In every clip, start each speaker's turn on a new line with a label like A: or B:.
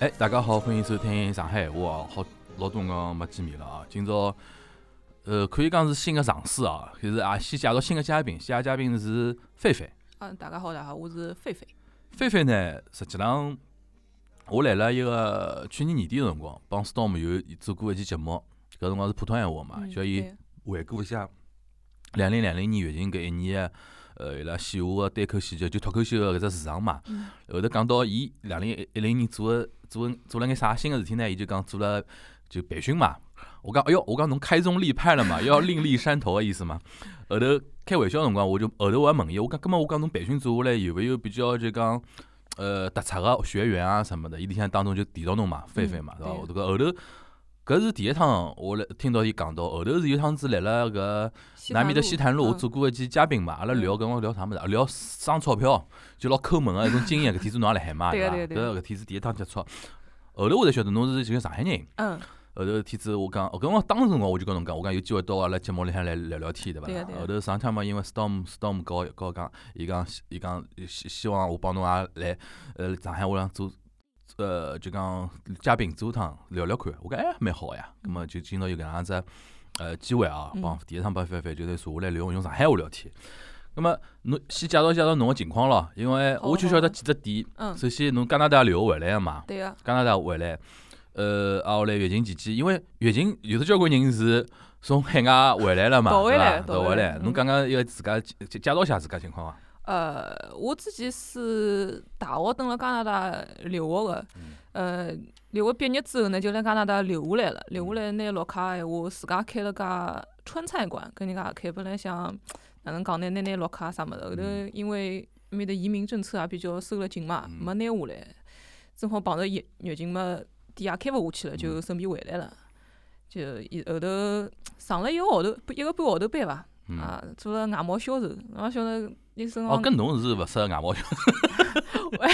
A: 哎，大家好，欢迎收听上海话啊，好老多辰光没见面了啊。今朝，呃，可以讲是新的尝试啊，就是啊，先介绍新的嘉宾，新的嘉宾是菲菲。
B: 嗯，大家好，大家好，我是菲菲。
A: 菲菲呢，实际上我来了一个去年年底的辰光，帮 Storm 有做过一期节目，搿辰光是普通闲话嘛，
B: 嗯
A: 叫伊
B: 对
A: 回顾一下两零两零年疫情搿一年的，呃，伊拉线下的单口喜剧就脱口秀的搿只市场嘛。
B: 嗯
A: 后头讲到伊两零一零年做的做的做了眼啥新个事体呢？伊就讲做了就培训嘛。我讲，哎哟，我讲侬开宗立派了 嘛，要另立山头个意思嘛。后头开玩笑辰光，我就后头我还问伊，我讲，葛末我讲侬培训做下来有没有比较就讲呃突出个学员啊什么的？伊里向当中就提到侬嘛，菲菲嘛，
B: 嗯
A: 对伐？
B: 对
A: 我这个后头搿是第一趟我来听到伊讲到，后头是有趟子来了搿。南面的西坛路，我
B: 嗯
A: 做过一期嘉宾嘛，阿拉聊搿辰光聊啥物事啊？聊省钞票，就老抠门个啊一种经验。搿天子侬也辣海嘛，
B: 对
A: 伐？
B: 个对个
A: 搿搿天子第一趟接触，后头我才晓得侬是就上海人。
B: 嗯，
A: 后头天子我讲，哦搿辰光当时辰光我就跟侬讲，我讲有机会到阿拉节目里向来聊聊天，对伐
B: 对
A: 啦
B: 个对？个啊
A: 后头上趟嘛，因为 storm storm 跟我跟我讲，伊讲伊讲希希望我帮侬也来呃上海我想做。呃，就讲嘉宾做趟聊聊看，我讲哎蛮好个呀，
B: 嗯
A: 葛么就今朝有搿能样子呃机会啊，帮第一趟帮菲菲就是坐下来聊用上海话聊天。葛么侬先介绍介绍侬个情况咯，因为
B: 好
A: 我就
B: 好
A: 晓得
B: 好
A: 几只点。
B: 嗯
A: 首先侬加拿大留学回来个嘛，
B: 对个，
A: 加拿大回来，呃，啊，后来疫情期间，因为疫情有的交关人是从海外回来了嘛，
B: 倒回
A: 对
B: 来
A: 伐？
B: 倒
A: 倒
B: 回
A: 回
B: 来
A: 来，侬
B: 嗯
A: 刚刚要自家介介介绍一下自家情况伐？啊
B: 呃，我自己是大学蹲辣加拿大留学个，
A: 嗯
B: 呃，留学毕业之后呢，就来加拿大留下来了。留下
A: 嗯
B: 来拿绿卡闲话，自家开了家川菜馆，跟人家合开。本来想哪能讲呢，拿拿绿卡啥物事，后头
A: 嗯
B: 因为埃面的移民政策啊也比较收了紧嘛，
A: 嗯
B: 没拿下来，正好碰着疫疫情嘛，店也开勿下去
A: 嗯
B: 了，就顺便回来了。就一后头上了一个号头，不一个半号头班伐，
A: 嗯，
B: 啊，嗯做了外贸销售，我晓得那辰
A: 哦，
B: 光，
A: 跟侬是勿适合外贸，
B: 哎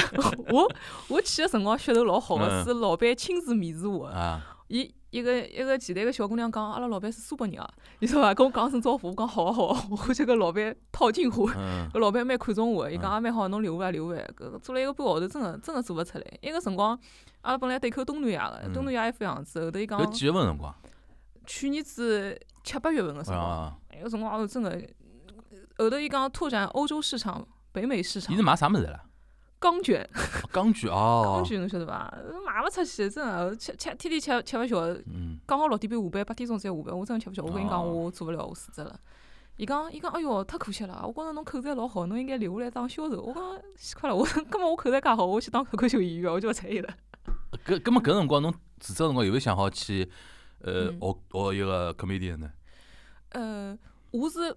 B: 我我去个辰光噱头老好
A: 嗯
B: 个，是老板亲自面试我 的。
A: 啊，
B: 伊一个一个前台个小姑娘讲，阿拉老板是苏北人啊，伊说啊，跟我讲声招呼，我讲好啊好啊，我就跟老板套近乎。
A: 嗯，
B: 搿老板蛮看重我的，伊
A: 嗯
B: 讲啊也蛮好，侬留下伐留下伐。搿做了一个半号头，真个真个做勿出来。一个辰光，阿拉本来对口东南亚个，
A: 嗯
B: 东南亚一副样子，后头伊
A: 搿
B: 讲
A: 几月份辰光？
B: 去年子七八月份个辰光，
A: 啊，
B: 那个辰光哦真呃个，后头伊讲拓展欧洲市场、北美市场
A: 伊是，买啥物事啦？
B: 钢卷。
A: 哦钢锯
B: 钢
A: 哦，
B: 卷侬晓得伐？买勿出去，真个吃吃天天吃吃勿消。
A: 嗯，
B: 讲好六点半下班，八点钟才下班，我真的吃勿消。我跟伊
A: 哦
B: 讲，我做勿了，我辞职了。伊讲，伊讲，哎哟，太可惜了！我觉着侬口才老好，侬应该留下来当销售。我讲，死快了！我 根本我口才介好，我去当脱口秀演员，我就勿睬伊了。
A: 搿搿么搿辰光侬辞职的辰光有没有想好去呃
B: 嗯
A: 学学一个 comedian 呢？
B: 呃，我是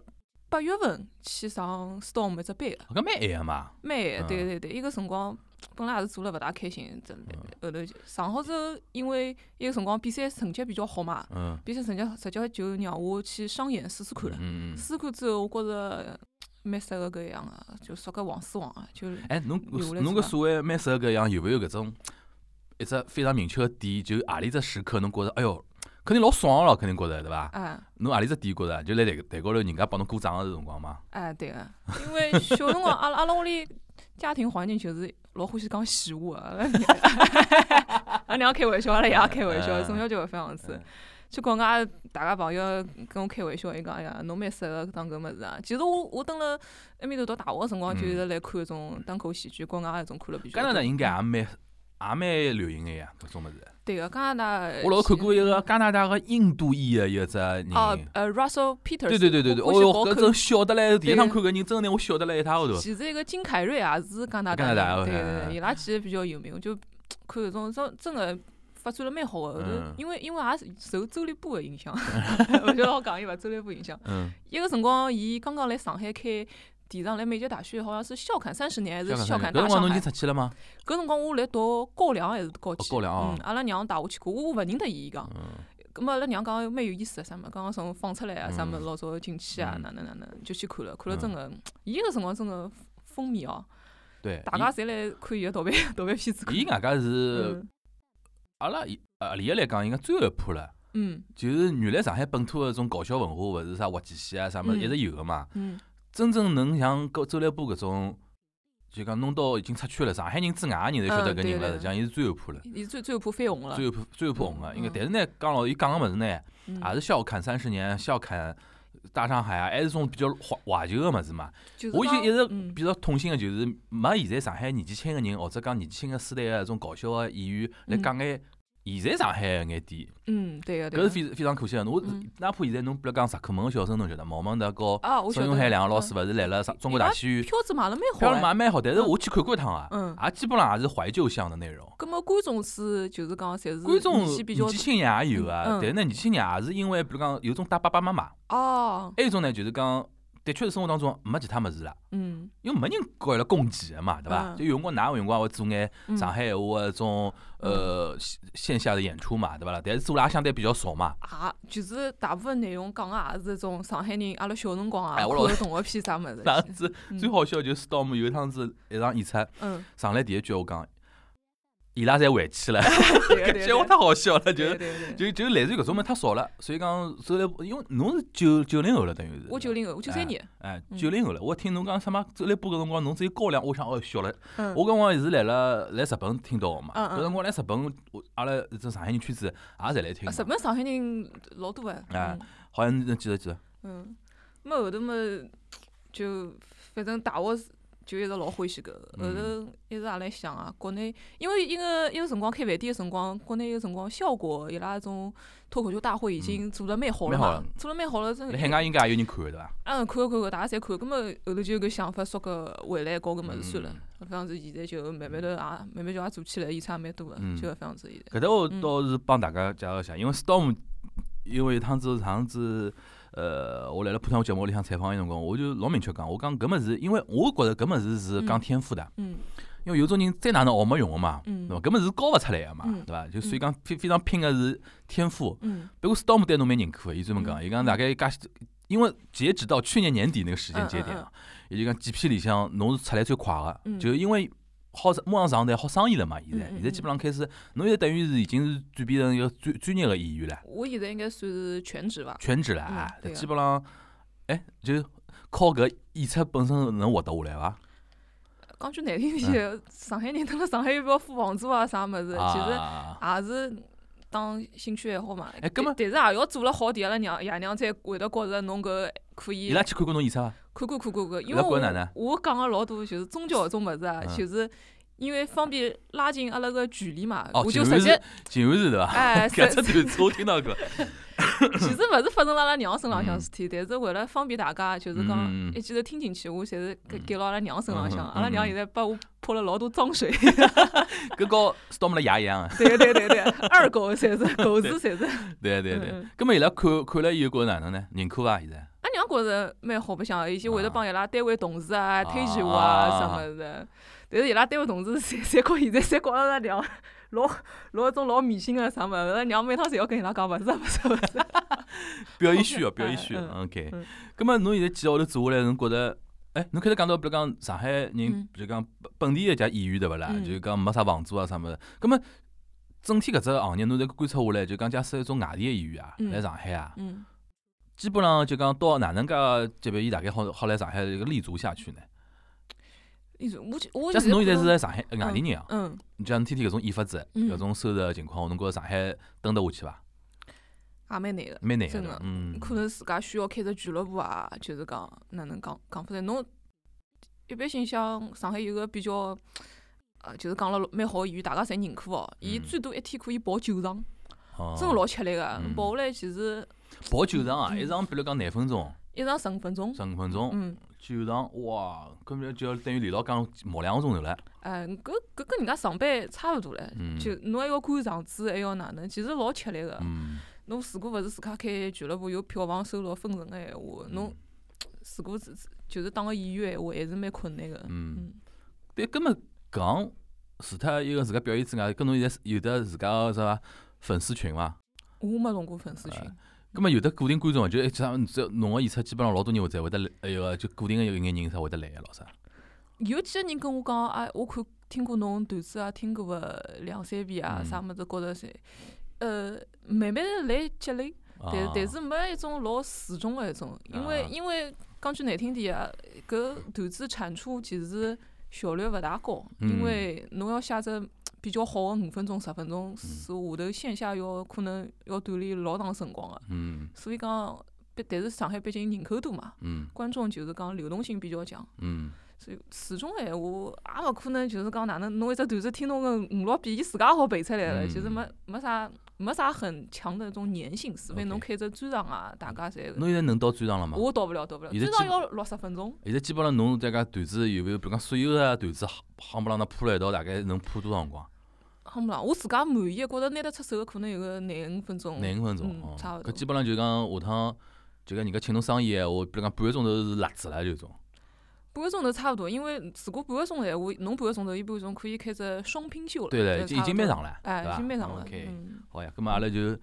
B: 八月份去上 Storm 一只班个，
A: 搿蛮晚个嘛，
B: 蛮晚
A: 嗯
B: 的对对对，伊个辰光本来也是做了勿大开心，真
A: 嗯
B: 的。后头就上好之后，因为伊个辰光比赛成绩比较好嘛，
A: 嗯
B: 比赛成绩直接就让我去商演试试看了。
A: 嗯嗯。
B: 试看之后，我觉着蛮适合搿样个，就说个黄丝黄啊，就
A: 哎，侬
B: 留下来
A: 侬
B: 做
A: 搿
B: 啥
A: 所谓蛮适合搿样，有没有搿种一只非常明确的点？就何里只时刻侬觉着，哎哟，肯定老爽了，肯定觉着对伐？
B: 哎
A: 侬何里只点觉着？就辣台台高头人家帮侬鼓掌个辰光嘛。
B: 哎对个， 因为小辰光阿拉阿拉屋里家庭环境就是老欢喜讲闲话啊， 阿拉娘开玩笑，阿拉爷开玩笑，从小就搿副样子
A: 嗯。
B: 就讲俺大家朋友跟我开玩笑，伊讲哎呀，侬蛮适合当搿物事啊。其实我我蹲辣埃面头读大学个辰光，就一直来看搿种单口喜剧，国外搿种看了比
A: 嗯
B: 较
A: 加
B: 多。
A: 拿
B: 嗯
A: 大应该也蛮也蛮流行个呀，搿种物事。
B: 对个，加拿大
A: 我老看过一个加拿大个印度裔个一只人。
B: 哦，呃，Russell Peters，
A: 对对对对对，哦
B: 我欢喜
A: 哟，
B: 搞
A: 搿
B: 看
A: 真笑得来，第一
B: 对
A: 趟看搿人，真的让我笑得来一塌糊涂。
B: 其实一个金凯瑞也是加拿
A: 加拿
B: 大人，
A: 大嗯
B: 对对对，伊拉其实比较有名，就看搿种真真个发展了蛮好个。后
A: 嗯
B: 头因为因为也是受周立波个影响， 我就老讲伊伐，周立波影响。
A: 嗯，
B: 一个辰光，伊刚刚来上海开第一场来美籍大学，好像是校刊三十年还是校
A: 小看
B: 刊
A: 搿辰
B: 大
A: 光
B: 上
A: 侬已
B: 海
A: 经。出去了吗？
B: 搿辰光我来读高两还是高
A: 哦
B: 几？
A: 高两哦
B: 嗯，阿拉娘带我去过，我勿认得伊伊讲。
A: 嗯
B: 咁么阿拉娘讲蛮有意思个啥么，刚刚从放出来啊，啥么
A: 嗯
B: 老早进去啊
A: 嗯，
B: 哪能哪能，就去看了，看
A: 嗯
B: 了真个，伊个辰光真个风靡哦，
A: 对，
B: 大家侪来看伊个 盗版盗版片子看
A: 伊。伊外加是
B: 嗯
A: 阿拉伊呃理解来讲，应该最后一波了。
B: 嗯
A: 就是原来上海本土的这种搞笑文化，勿是啥滑稽戏啊啥么，
B: 嗯
A: 一直有个嘛。
B: 嗯，
A: 真正能像周周立波搿种就讲弄到已经出圈了，上海人之外个人才晓得
B: 嗯
A: 搿
B: 对
A: 人了，
B: 的
A: 实际上伊是最有谱了，
B: 伊最最后怕翻红了，
A: 最有谱最有谱红个。应该，
B: 嗯
A: 但是呢，讲老实，伊讲个物事呢，
B: 嗯
A: 也是笑侃三十年，笑侃大上海啊，还是种比较怀怀旧个物事嘛。
B: 就是
A: 我就
B: 讲
A: 一直
B: 嗯
A: 比较痛心个，就是没现在上海年纪轻个人，或者讲年纪轻个世代个种搞笑个演员来
B: 嗯
A: 讲眼现在上海个眼点，
B: 嗯，对个对
A: 搿是
B: 个。
A: 非非常可惜个。侬
B: 嗯
A: 哪怕现在侬比如讲石克门个小生，侬晓得毛孟德和
B: 啊，我晓
A: 孙
B: 得
A: 永海两个老
B: 嗯
A: 师勿是来了上中国
B: 伊拉
A: 大戏院。
B: 票子买了蛮
A: 票
B: 好
A: 买
B: 哎。
A: 蛮好，但是
B: 嗯
A: 我去看过一趟啊，
B: 嗯
A: 也基本上也是怀旧向的内容。
B: 葛末观众是就是讲，侪是
A: 观众
B: 年纪
A: 年
B: 比较
A: 纪轻人也有啊，
B: 嗯
A: 但是呢，年轻人也是因为比如讲有种带爸爸妈妈，
B: 哦，
A: 还有一种呢就是讲，的确是生活当中没其他物事了。
B: 嗯，
A: 因为没人教伊拉供给的嘛，对伐？
B: 嗯
A: 就有辰光，㑚有辰光会做眼
B: 嗯
A: 上海闲话的种呃线线下的演出嘛，对伐啦？但是做了也相对比较少嘛。
B: 也啊就是大部分内容讲个也是种上海人，阿拉小辰光啊
A: 哎
B: 看
A: 我老
B: 个动画片啥物事
A: 上
B: 去。
A: 次
B: 嗯
A: 最好笑就是 Storm 有一趟子一场演出，
B: 嗯，
A: 上来第一句我讲，伊拉侪回去了，
B: 对 个
A: 搿
B: 对
A: 句话
B: 个
A: 太好笑了，就
B: 对
A: 是
B: 个对个对个。
A: 就就类似于搿种物事太少了，所以讲后来因为侬是九九零后了，等于是
B: 我九零后，我九三年。
A: 哎
B: 嗯
A: 九零后了。我听侬讲什么走来播搿辰光，侬只有高粱，我想哦笑了。
B: 嗯
A: 我搿辰光是来了来日本听到的嘛，
B: 嗯嗯
A: 搿辰光来日本，我阿拉这上海人圈子也侪来听嘛。
B: 啊日本上海人老多哎。
A: 哎
B: 嗯
A: 好像侬记得记得，
B: 嗯，么后头么就反正大学是就一直老欢喜搿个，后
A: 嗯
B: 头一直也来想啊，国内因为一个一个辰光开饭店个辰光，国内个辰光效果伊拉那种脱口秀大会已经做了蛮好了
A: 嗯蛮好
B: 嘛
A: 了，
B: 做了蛮好了，真的
A: 辣海外应该也有人看的对伐？
B: 嗯，看看看，大家侪看，葛末后头就有搿想法，说搿回来搞搿物事算了
A: 嗯。
B: 反正是现在就慢慢的也慢慢就也做起来，演出也蛮多个
A: 嗯，
B: 就搿样子现在。
A: 搿搭我
B: 嗯
A: 倒是帮大家介绍一下，因为 Storm，因为趟子上次，呃，我来了普通话节目里向采访伊辰光，我就老明确讲，我讲搿物事，因为我觉着搿物事是讲
B: 嗯
A: 天赋的，
B: 嗯
A: 因为有种人再哪能学没用个嘛，
B: 嗯
A: 对伐？搿物事是教勿出来个嘛，
B: 嗯
A: 对伐？就所以讲非非常拼个是天赋。
B: 嗯
A: 不过 Storm 对侬蛮认可的，伊专门讲，
B: 嗯
A: 伊讲大概介，因为截止到去年年底那个时
B: 嗯
A: 间节点啊，也就讲几批里向侬是出来最快个，
B: 嗯
A: 就因为好马上上台好生意了嘛，现在
B: 嗯嗯
A: 现在基本上开始，侬现在等于是已经是转变成一个专专业个演员了，
B: 我现在应该算是全职伐？
A: 全职了啊
B: 嗯，对啊
A: 基本上，哎，就是靠搿演出本身能活得下来伐？
B: 讲句难听
A: 嗯
B: 点，上海人蹲辣上海又不要付房租啊啥物事，其实
A: 啊，
B: 也是当兴趣爱好嘛。
A: 哎葛末
B: 但但是也要做了好点，阿拉娘爷娘才会得觉着侬搿可以
A: 伊拉去看过侬演出伐？
B: 看过看过搿，因
A: 辣
B: 为
A: 国内呢
B: 我我讲个老多就是宗教搿种物事啊，
A: 啊嗯
B: 就是因为方便拉近阿拉个距离嘛，
A: 哦
B: 我就
A: 竟然
B: 直
A: 是
B: 接
A: 竟然是对伐？
B: 哎，
A: 搿
B: 实
A: 只段子我听到过，
B: 其实勿是发生辣阿拉娘身浪向
A: 嗯
B: 事体，但是为了方便大家，就是讲
A: 嗯嗯嗯
B: 一记头听进去，我侪是给
A: 嗯
B: 给了阿拉娘身浪向，
A: 嗯嗯
B: 阿拉娘
A: 嗯
B: 现在把我泼了老多脏水。
A: 搿和 Storm 的爷一样啊。
B: 对对对对，二狗才 是狗子才是。
A: 对对对
B: 嗯嗯，
A: 咁么伊拉看看了以后觉得哪能呢？认可伐？现在
B: 俺啊娘觉着蛮好白相，以前会得帮伊拉单位同事
A: 啊
B: 啊推荐我啊
A: 啊
B: 啥么子，但是伊拉单位同事侪侪觉现在侪觉着俺娘老老种老迷信个啥么子，俺娘每趟侪要跟伊拉讲勿是勿是勿是。
A: 表演虚哦，
B: 嗯
A: 表演虚
B: 嗯
A: 哦。OK，
B: 嗯
A: 咁么侬现在几个号头做下来，侬觉得？哎，侬开头讲到，比如讲上海人，
B: 嗯
A: 比如讲本本地一家演员对勿啦？
B: 嗯
A: 就是讲没啥房租啊啥物事。咁么整体搿只行业，侬侪观察下来，就讲假使一种外地的演员啊，
B: 嗯
A: 来上海 啊，
B: 嗯，
A: 基本上就讲到哪能介级别，伊大概好好来上海这个立足下去呢？
B: 一种我就我
A: 假使侬现在
B: 觉
A: 是
B: 得
A: 在上海呃外地人啊，
B: 嗯。
A: 你像侬天天搿种演法子，
B: 嗯
A: 搿种收入的情况，侬觉着上海蹲得下去伐？
B: 也蛮难个，
A: 蛮难的
B: 真
A: 对
B: 的
A: 伐，嗯，
B: 可能自家需要开只俱乐部啊，就是讲哪能讲讲出来，侬一般性像上海有个比较，呃，就是讲了蛮好的演员，大家侪认可哦。伊
A: 嗯
B: 最多一天可以跑九场，
A: 哦
B: 真个老吃力个
A: 嗯，
B: 跑下来其实
A: 跑九场啊，
B: 嗯
A: 一场比如讲廿分钟、
B: 一场十五分钟
A: 十。五分钟，
B: 嗯，
A: 九场哇，根本就要等于连牢讲毛两个钟头了。
B: 哎，搿搿跟人家上班差勿多唻
A: 嗯，
B: 就侬还要赶场子，还要哪能，其实老吃力个。
A: 嗯，
B: 侬如果勿是自家开俱乐部，有票房收入分成个闲话，嗯
A: 嗯
B: 侬如果只就是当个演员闲话，还是蛮困难个。
A: 嗯，
B: 嗯。
A: 对，根本讲除脱一个自家表演之外，跟侬现在有的自家个啥粉丝群伐？
B: 我没弄过粉丝群
A: 哎，根本有的固定观众，就一只只要侬个演出，基本上老多人会才会得来，哎个就固定个有眼人才会得来个老啥。
B: 有几个人跟我讲，啊，我看听过侬段子啊，听过个两三遍啊，
A: 嗯
B: 啥物事，觉着侪，呃，慢慢地来积累，
A: 啊
B: 但但是没一种老始终个一种，因为
A: 啊
B: 因为讲句难听点啊，搿段子产出其实效率勿大高，
A: 嗯
B: 因为侬要写只比较好个五分钟、十分钟，
A: 嗯
B: 是下头线下要可能要锻炼老长辰光个。
A: 嗯
B: 所以讲，毕但是上海毕竟人口多嘛，
A: 嗯
B: 观众就是讲流动性比较强，
A: 嗯
B: 所以始终闲话也勿可能就是讲哪能弄一只段子听侬个五六遍，伊自家也好背出来了，
A: 嗯
B: 就是没没啥没啥很强的这种粘性，除非
A: OK
B: 侬开只专场啊，大家侪。
A: 侬现在能到专场了吗？
B: 我到不了，到不了，
A: 现在
B: 专场
A: 基
B: 要六十分钟。
A: 现在基本上侬这个段子有没有，比如讲所有的段子夯夯不啷当铺了一道，大概能铺多少辰光？
B: 好么啦，我自家满意，觉着拿得出手个可能有个廿五分钟。
A: 廿五分钟
B: 嗯
A: 哦
B: 差不，
A: 搿
B: 多
A: 基本上就讲下趟就讲人家请侬商演，我比如讲半个钟头是辣子了就种。
B: 半个钟头差不多，因为如果半个钟头闲话，侬半个钟头，伊半个钟头可以开只双拼秀了。
A: 对了，
B: 就
A: 已经已
B: 差
A: 经
B: 不
A: 蛮
B: 多
A: 长了，
B: 哎，
A: 对
B: 已
A: 吧哦
B: 经蛮长了。
A: OK，
B: 嗯
A: 好呀，葛末阿拉就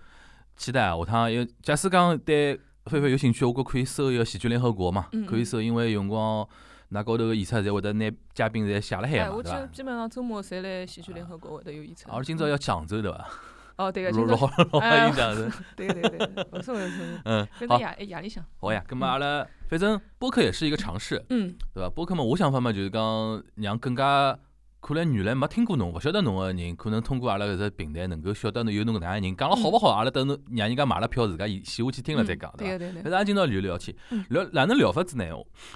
A: 期待下趟有，假使讲对菲菲有兴趣，我觉可以搜一个喜剧联合国嘛
B: 嗯，
A: 可以搜，因为有辰光㑚高头个演出侪会得拿嘉宾侪写了海
B: 哎，
A: 嘛，
B: 我
A: 对
B: 基
A: 伐？
B: 基本上周末侪来喜剧联合国会得有演出。
A: 而今朝要讲究对伐？
B: 哦，对个，
A: 老
B: 今
A: 老
B: 朝
A: 老
B: 哎
A: 欢迎讲究。
B: 对对对，对不是不是不是，
A: 嗯，
B: 反
A: 好
B: 正夜哎夜里向。
A: 好呀，葛末阿拉反正播客也是一个尝试，
B: 嗯，
A: 对伐？播客嘛，我想法嘛就是讲让更加。可能原来没听过侬，勿晓得侬个人，可能通过阿拉搿只平台能够晓得侬有侬搿能样人，讲了好勿好，阿拉等侬让人家买了票，自家先下去听了再啊
B: 嗯
A: 讲，对伐
B: 对？个
A: 但
B: 对个，
A: 是俺今朝聊聊天
B: 嗯，
A: 聊哪能聊法子呢？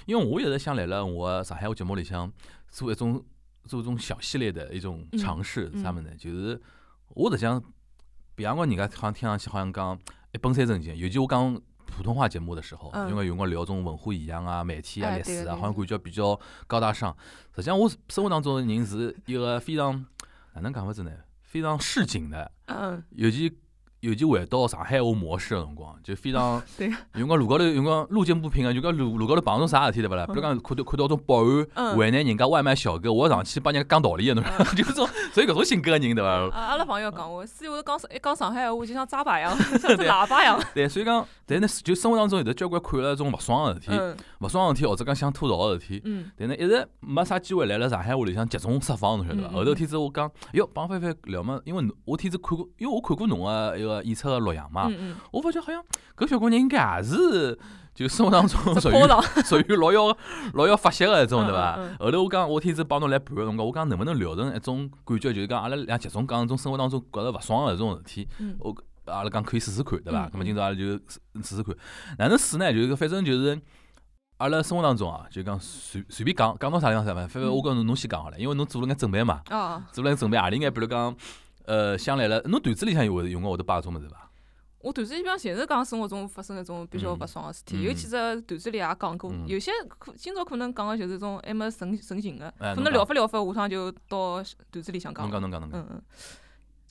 A: 因为我一直想来了我的上海话节目里向做一种做一种小系列的一种
B: 嗯
A: 尝试，
B: 嗯
A: 啥么呢？就是我实际上，别个人家好像听上去好像讲一本三正经，尤其我讲普通话节目的时候，
B: 嗯
A: 因为有辰光聊种文化现象啊、媒体啊、
B: 哎
A: 历史
B: 对
A: 啊，
B: 的
A: 好像感觉比较高大上。实际上，我生活当中的人是一个非常哪能讲法子呢？非常市井的，
B: 嗯，
A: 尤其尤其回到上海话模式个辰光，就非常
B: 对啊
A: 有辰光路高头有辰光路见不平啊，就讲路路高头碰到种啥事体对勿啦？比如讲看到看到种保安
B: 嗯
A: 为难人家外卖小哥，我要上去帮人家讲道理个，侬知道吗就是种 所以搿种性格个人对伐？
B: 啊，阿拉朋友讲我，私下头讲上一讲上海闲话，就像扎 巴一样，像只喇叭一样。
A: 对，啊所以讲，但呢，就生活当中有得交关看了种勿爽个事体，
B: 嗯
A: 勿爽个事体或者讲想吐槽个事体，
B: 嗯
A: 但呢一直没啥机会来了上海话里向集中释放，侬晓得伐？
B: 嗯嗯
A: 后头天子我讲，哟，帮菲菲聊嘛，因为侬我天子看过，因为我看过侬个一个演出个录像嘛，
B: 嗯嗯，
A: 我发觉好像搿小姑娘应该也是就生活当中属
B: 这波
A: 于
B: 浪。
A: 属于老要老要发泄个一种，
B: 嗯
A: 对伐
B: 嗯？
A: 后头我讲我天子帮侬来盘个辰光，我讲能不能聊成一种感觉，就是讲阿拉俩集中讲一种生活当中觉着勿爽个一种事体，
B: 嗯
A: 我阿拉讲可以试试看，对伐
B: 嗯？
A: 那么今朝阿拉就试试试看，哪能试呢？就是反正就是。阿拉生活当中啊，就讲随随便讲，讲到啥地方啥嘛。反
B: 嗯
A: 正我讲侬侬先讲好了，因为侬做了眼准备嘛，
B: 啊，
A: 做了眼准备，何里眼比如讲，呃，想来了，侬段子里向有会有辰光会得摆搿种物事伐？
B: 我段子里向侪是讲生活中发生一种比较勿爽个事体，有几只段子里也讲过
A: 嗯，
B: 有些可今朝可能讲个就是种还没成成型个，
A: 哎
B: 可
A: 侬讲
B: 能聊法聊法，下趟就到段子里向讲
A: 侬讲侬
B: 了。
A: 讲侬讲，
B: 嗯嗯。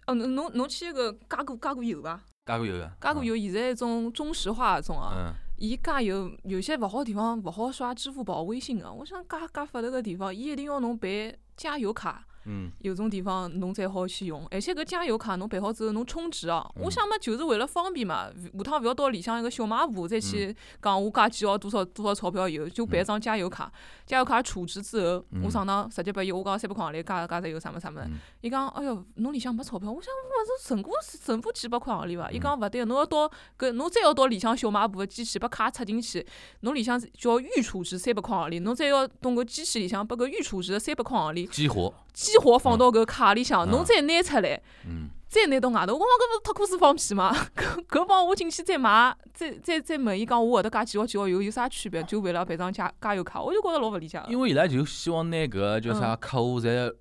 B: 哦，侬侬侬去个加过加过油伐？
A: 加过油个，
B: 加过油，现在一种中石化个种啊，
A: 嗯，
B: 伊加油有些勿好地方勿好刷支付宝、微信啊个。我想加加法头个地方，伊一定要侬办加油卡。
A: 嗯
B: 有种地方侬才好去用，而且搿加油卡侬办好之后侬充值啊，
A: 嗯
B: 我想嘛就是为了方便嘛，下趟勿要到里向一个小卖部再
A: 嗯
B: 去讲我加几号多少多少钞票油，就办一张加油卡，加油卡储值之后，
A: 嗯
B: 我上趟直接拨伊，我讲三百块行钿加加只油啥么啥么
A: 嗯，
B: 伊讲哎哟侬里向没钞票，我想我是存过存过几百块行钿
A: 嗯
B: 伐，伊讲勿对，侬要到搿侬再要到里向小卖部个机器把卡插进去，侬里向叫预储值三百块行钿，侬再要通过机器里向拨搿预储值个三百块行钿。
A: 激活，
B: 激活放到搿卡里向，
A: 嗯
B: 侬再拿出来，
A: 嗯
B: 再拿到外头，我讲搿勿是脱裤子放屁吗？ 搿搿帮我进去再买，再再再问伊讲我搿搭加几号几号油有啥区别？就为了办张加加油卡，我就觉着老勿理解的。
A: 因为伊拉就希望拿搿个
B: 嗯
A: 叫啥客户侪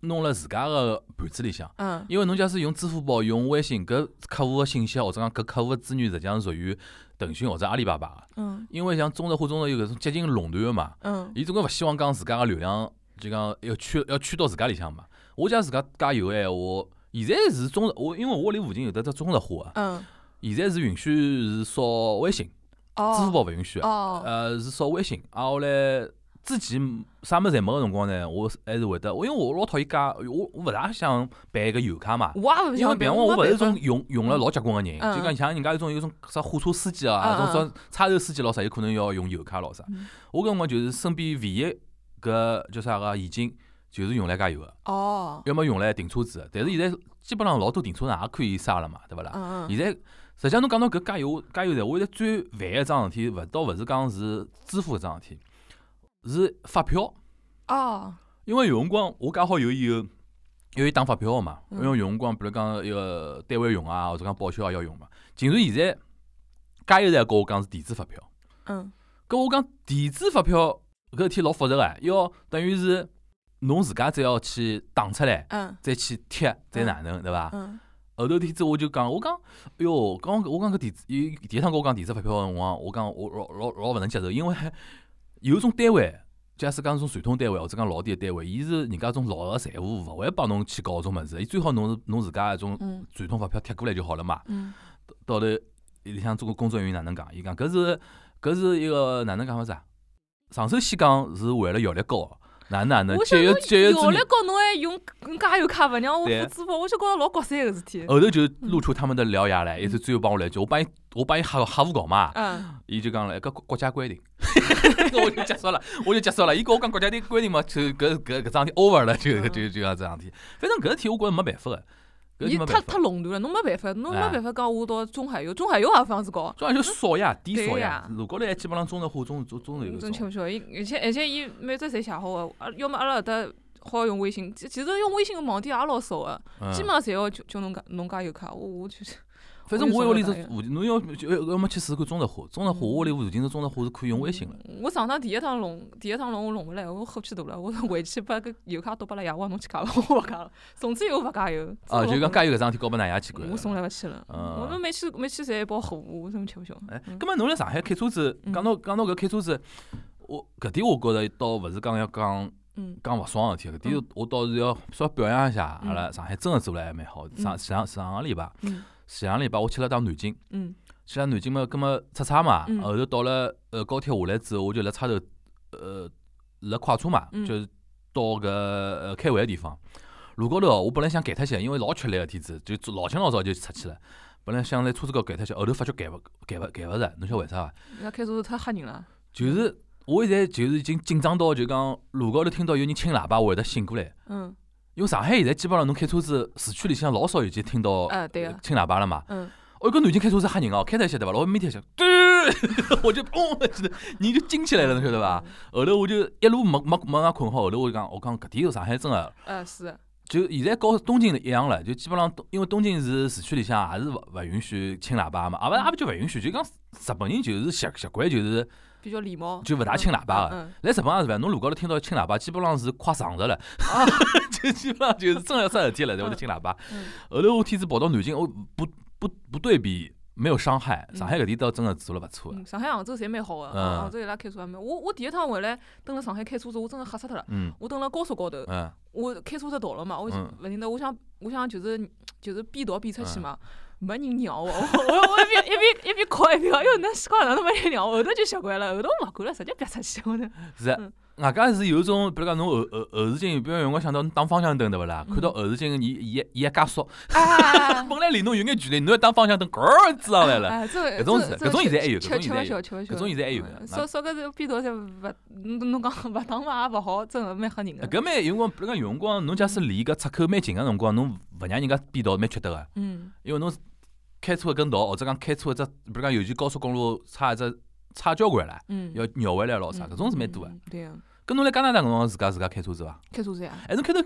A: 弄了自家个盘子里向。
B: 嗯，
A: 因为侬假使用支付宝、用微信，搿客户个信息或者讲搿客户个资源，实际上属于腾讯或者阿里巴巴个。
B: 嗯
A: 因为像中石化、中石油搿种接近垄断个嘛，
B: 嗯
A: 伊总归勿希望讲自家个流量就讲要圈要圈到自家里向嘛。我假自家加油个闲话，现在是中石我因为我屋里附近有得只中石化啊，
B: 嗯，
A: 现在是允许是扫微信，支付
B: 哦
A: 宝勿允许啊。
B: 哦，
A: 呃，是扫微信，啊，后来之前啥么子侪没个辰光呢，我是还是会得，我因为我老讨厌加，我我勿大想办一个油卡嘛，
B: 我也勿
A: 因为
B: 想
A: 别
B: 办，
A: 个我
B: 没
A: 勿是
B: 办
A: 种用用了老结棍个人，
B: 嗯
A: 就讲像人家有种有种啥货车司机啊，
B: 嗯
A: 种种差头司机老啥，有可能要用油卡老啥
B: 嗯，
A: 我搿辰光就是身边唯一搿叫啥个现金。就是用来加油个，
B: 法哦，
A: 要么用来停车子的。但是现在基本上老多停车场也可以刹了嘛，对勿啦？
B: 嗯嗯
A: 现在实际上侬讲到搿加油加油站，我现在最烦一桩事体，勿倒勿是讲是支付搿桩事体，是发票。
B: 哦，
A: 因为有辰光我加好油以后，因为打发票个嘛，
B: 嗯
A: 因为有辰光比如讲一个单位用啊，或者讲报销也要用嘛。竟然现在加油站跟我讲是电子发票，
B: 嗯
A: 跟我讲电子发票搿事体老复杂个，要等于是侬自家再要去打出来，
B: 嗯
A: 再去贴，再哪能对伐？
B: 嗯
A: 后头天子我就讲，我讲，哎哟，刚我讲搿电子，伊第一趟跟我讲电子发票个辰光，我讲我老老老勿能接受，因为有种单位，假使讲种传统单位或者讲老点个单位，伊是人家种老个财务，勿会帮侬去搞搿种物事，伊最好侬是侬自家一种
B: 嗯
A: 传统发票贴过来就好了嘛。
B: 嗯
A: 到头里向中国工作人员哪能讲？伊讲搿是搿是一个哪能讲法子啊？上首先讲是为了效率高，哪能哪能
B: 我想
A: 节约
B: 侬
A: 节约
B: 效
A: 资
B: 率
A: 源，
B: 高，侬还用加油卡勿让我
A: 对
B: 付支付，我就觉着老搞三个事体。
A: 后头就露出他们的獠牙来，一直最后帮我来一句，我帮伊我帮伊吓吓唬搞嘛，
B: 嗯，
A: 伊就讲了，哎搿国国家规定， 我就结束了，我就结束了。伊跟我讲国家的规定嘛，就搿搿搿桩事体 over 了，就
B: 嗯
A: 就就搿桩事体。反正搿事体我觉着没办法个，搿事
B: 伊
A: 体没
B: 太
A: 办
B: 太
A: 法。
B: 垄断了，侬没办法，侬没
A: 哎
B: 办法讲我到中海油，中海油也放子高。
A: 主要就少呀，低
B: 对
A: 少呀
B: 呀。
A: 如果来基本上中石化、中中中石油
B: 真吃
A: 种，
B: 不消，伊而且而且伊每只侪写好个，啊，要么阿拉搿搭好用微信，其其实用微信个网点也老少个，
A: 嗯
B: 基本上侪要叫叫侬加侬加油卡，我我就
A: 反正我屋里头
B: 我就
A: 附近，侬要就要要么去试试看中石化，中石化
B: 嗯
A: 我屋里附近的中石化是可以用微信了。
B: 我上趟第一趟弄，第一趟弄我弄勿来，我火气大了，我回去把搿油卡丢拨了爷，我讲侬去加伐， 我勿加了，从此以后勿加油。
A: 啊，就讲
B: 加，
A: 加油搿桩事体搞拨㑚爷去管了
B: 我。从来勿去了，
A: 嗯
B: 我们每次每次侪一包火，我真吃勿消。
A: 哎，
B: 嗯
A: 葛末侬辣上海开车子，
B: 嗯
A: 讲到讲到搿开车子，我搿点我觉着倒勿是讲要讲。
B: 嗯
A: 讲勿爽个事体，搿点
B: 嗯
A: 我倒是要稍微表扬一下，
B: 嗯
A: 阿拉上海真个做了还蛮好。上
B: 嗯
A: 上上个礼拜，
B: 嗯
A: 上个礼拜我去了趟南京，
B: 嗯
A: 去了南京嘛，葛末出差嘛，
B: 嗯
A: 后头到了呃高铁下来之后，我就辣差头呃辣快车嘛，
B: 嗯
A: 就是到搿呃开会个地方。路高头哦我本来想改脱些，因为老吃力个天子，就做老清老早就出去了。本来想辣车子高头改脱些，后头发觉改勿改勿改勿着，侬晓得为啥伐？
B: 伊拉开车太吓人了。
A: 就是我现在就是已经紧张到就讲路高头听到有人轻喇叭，我会得醒过来。
B: 嗯
A: 因为上海现在基本上侬开车子，市区里向老少有去听到
B: 啊对啊
A: 呃轻喇叭了嘛。
B: 嗯，
A: 哦，搿南京开车子吓人哦，开得一些对伐？老每天想，嘟， 我就砰，记得人就惊起来了，侬晓得伐？？后头我就一路没没没俺困好，后头我就讲，我讲搿点是上海真个，
B: 呃是，
A: 就现在和东京一样了，就基本上东，因为东京是市区里向也是勿勿允许轻喇叭嘛，啊勿也勿就勿允许，就讲日本人就是习习惯就是
B: 比较礼貌。
A: 就勿大轻喇叭个。
B: 嗯。
A: 来日本也是伐？侬路高头听到轻喇叭，基本上是快上着了， 就基本上就是真的要出事体了，才会得轻喇叭。
B: 啊嗯
A: 后头我天子跑到南京，我不不不对比，没有伤害。上海搿点倒真的做了勿错的。
B: 嗯，上海、杭州侪蛮好哦个，
A: 嗯
B: 杭州伊拉开车也蛮。我我第一趟回来蹲辣上海开车子，我真个吓死脱了。
A: 嗯
B: 我蹲辣高速高头，
A: 嗯
B: 我开车子倒了嘛，我
A: 嗯
B: 勿停得，我想我想就是就是边倒边出去嘛，没人让我，我 我我一边一边一边哭一边讲，哟，那西瓜哪能没人让我？后头就习惯了，后头我勿管了，直接别出去我呢。
A: 是
B: 嗯。
A: 外加是有一种，比如讲侬后后后视镜，比如有辰光想到侬打方向灯对勿啦？
B: 嗯
A: 看到后视镜，伊伊伊一加速，
B: 哎
A: 本来离侬有眼距离，侬要打方向灯，咯儿支上来了。
B: 哎，这
A: 搿种是搿种现在还有
B: 吃
A: 搿种现
B: 吃
A: 在
B: 勿
A: 还有
B: 消，吃勿消，
A: 搿种现在还有
B: 嗯
A: 的
B: 少少个是边道侪勿，侬侬讲 勿打嘛也勿好，真个蛮吓人个。
A: 呃搿蛮有辰光，比如讲有辰光，侬假使离搿出口蛮近个辰光，侬勿让人家变道，蛮缺德个。
B: 嗯
A: 因为侬开车跟道，或者讲开车只，比如讲尤其高速公路差一只差交关了，
B: 嗯，
A: 要绕回来咯啥，
B: 嗯
A: 搿种是蛮多啊个。
B: 嗯嗯对个，
A: 跟侬来加拿大搿辰光自家自家开车子伐？
B: 开车子呀，
A: 哎，侬开头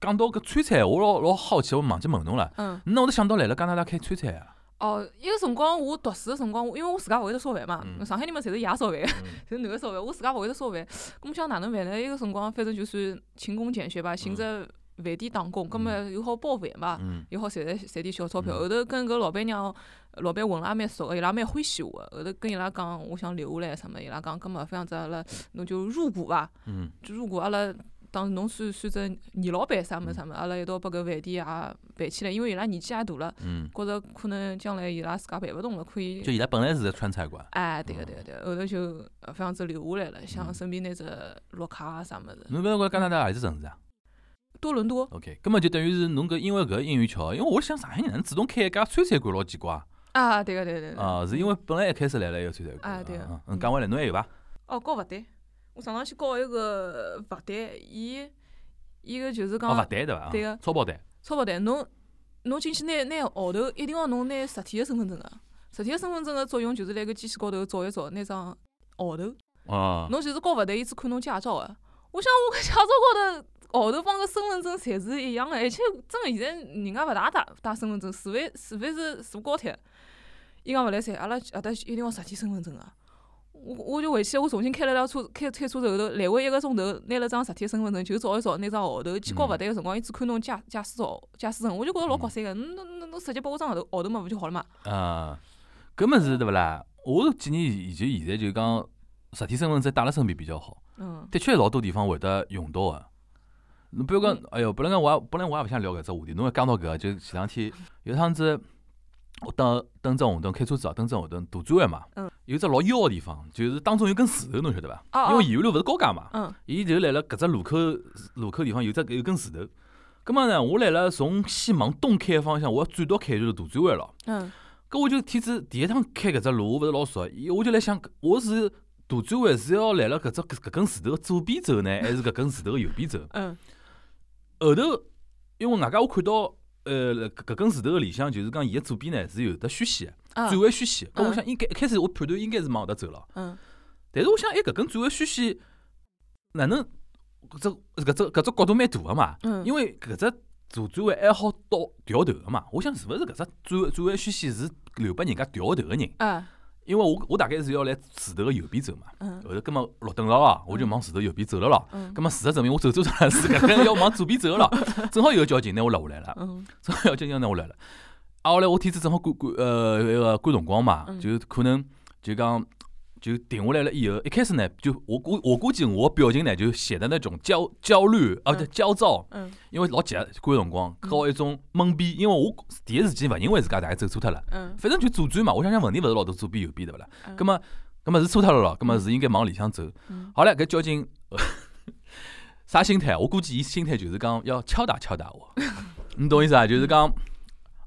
A: 讲到搿川菜，我老老好奇，我忘记问侬了。
B: 嗯。
A: 侬哪会得想到来了加拿大开川菜啊？
B: 哦，一个辰光我读书个辰光，我因为我自家勿会得烧饭嘛，
A: 嗯
B: 上海人嘛侪是爷烧 饭，
A: 嗯
B: 侪是男个烧饭，我自家勿会得烧饭，咁想哪能办呢？一个辰光反正就算勤工俭学吧，寻只饭店打工，咁么又好包饭嘛，
A: 嗯
B: 又好赚点赚点小钞票。
A: 嗯
B: 后头跟搿老板娘、呃哎老板混了也蛮熟个，伊拉蛮欢喜我个。后头跟伊拉讲，我想留下来什么，伊拉讲，咁么这样子阿拉侬就入股伐？
A: 嗯
B: 就如果阿拉当侬算算只二老板啥么
A: 嗯
B: 啥么，阿拉一道把搿饭店也办起来，因为伊拉年纪也大了。
A: 嗯，
B: 觉着可能将来伊拉自家办勿动了，可以
A: 就。伊嗯拉本来是个川菜馆，
B: 哎，对个对个对个，后头就呃这样子留下来了，
A: 嗯
B: 像身边那只绿卡啊啥物事，
A: 侬勿要讲加拿大何里只城市啊
B: 多伦多，
A: ？OK，根本就等于是侬搿因为搿因缘巧合，因为我想上海人哪能主动开一家川菜馆老奇怪啊
B: 啊，对个对个对个，
A: 啊，是因为本来一开始来了一个川菜馆
B: 啊对
A: 嗯
B: 啊
A: 嗯，讲回来侬还有伐？
B: 哦，搞勿对，我上趟去搞一个勿对，伊伊个就是
A: 哦，勿
B: 讲
A: 对对伐？
B: 对啊
A: 个，
B: 个
A: 超跑对。
B: 钞勿对，侬侬进去拿拿号头，一定要侬拿实体个身份证个，实体个身份证个作用就是辣个机器高头照一照那张号头，
A: 哦，
B: 侬其实搞勿对，伊只看侬驾照个。我想我搿驾照高头，号头帮个身份证侪是一样个，而且真个现在人家勿大带带身份证，除非除非是坐高铁。伊讲勿来三，阿拉阿搭一定要实体身份证啊。我我就回去，我重新开了辆车，开开车头头来回一个钟头，拿了张实体身份证，就找一找拿张号头。去搞勿对个辰光，伊只看侬驾驾驶照、驾驶证，我就觉着老搞三个。
A: 嗯
B: 侬侬侬侬直接拨我张号头号头嘛，勿就好了嘛？
A: 啊，搿么是对勿啦？我是建议就现在就讲实体身份证带辣身边比较好，
B: 嗯
A: 的确老多地方会得用到个。侬比如讲
B: 嗯，
A: 哎哟，本来讲我也本来我也勿想聊搿只话题，侬要讲到搿个，就前两天有一趟子我登登只红灯开车子啊，登只红灯大转弯嘛
B: 嗯，
A: 有一只老妖个地方，就是当中有根树头，侬晓得伐？
B: 哦
A: 因
B: 哦
A: 为沿路勿是高架嘛，
B: 嗯
A: 伊就辣辣搿只路口路口地方有只有根树头。葛末呢，我辣辣从西往东开个方向，我要转到开就是大转弯了。
B: 嗯
A: 搿我就天子第一趟开搿只路，我勿是老熟，伊我就来想，我是大转弯是要来辣搿只搿搿根树头个左边走呢，还是搿根树头个右边走？
B: 嗯
A: 后头因为外加我看到，呃，搿搿根树头个里向就是讲伊个左边呢是有得虚线的，
B: 啊
A: 转弯虚线。搿我
B: 嗯
A: 想应该一开始我判断应该是往后头走了，
B: 嗯
A: 但是我想，哎，搿根转弯虚线哪能搿只搿只搿只角度蛮大个嘛？
B: 嗯，
A: 因为搿只左转弯还好到调头个嘛，我想是勿是搿只转转弯虚线是留拨人家调头个人？
B: 啊
A: 因为我我大概是要来树头个右边走嘛，
B: 嗯
A: 后头葛末绿灯了啊，我就往树头右边走了咯。
B: 嗯
A: 葛末事实证明我走错脱了，是搿根要往左边 走了，正好有个交警拿我拉下来了，
B: 嗯
A: 正好有个交警拿我来了。啊，后来我天子正好赶赶呃那个赶辰光嘛，
B: 嗯
A: 就可能就讲就停下来了以后，一开始呢就我估我估计我表情呢就显得那种焦焦虑啊
B: 嗯
A: 对焦躁，
B: 嗯
A: 因为老急赶辰光，
B: 嗯
A: 搞一种懵逼，因为我第一时间勿认为自家大概走错脱了。
B: 嗯
A: 反正就左转嘛，我想想问题勿是老多左边右边对勿啦？
B: 嗯
A: 葛么葛么是错脱了咯，葛么是应该往里向走。
B: 嗯
A: 好了，搿交警呃啥心态？啊我估计伊心态就是讲要敲打敲打我， 你懂意思啊？就是讲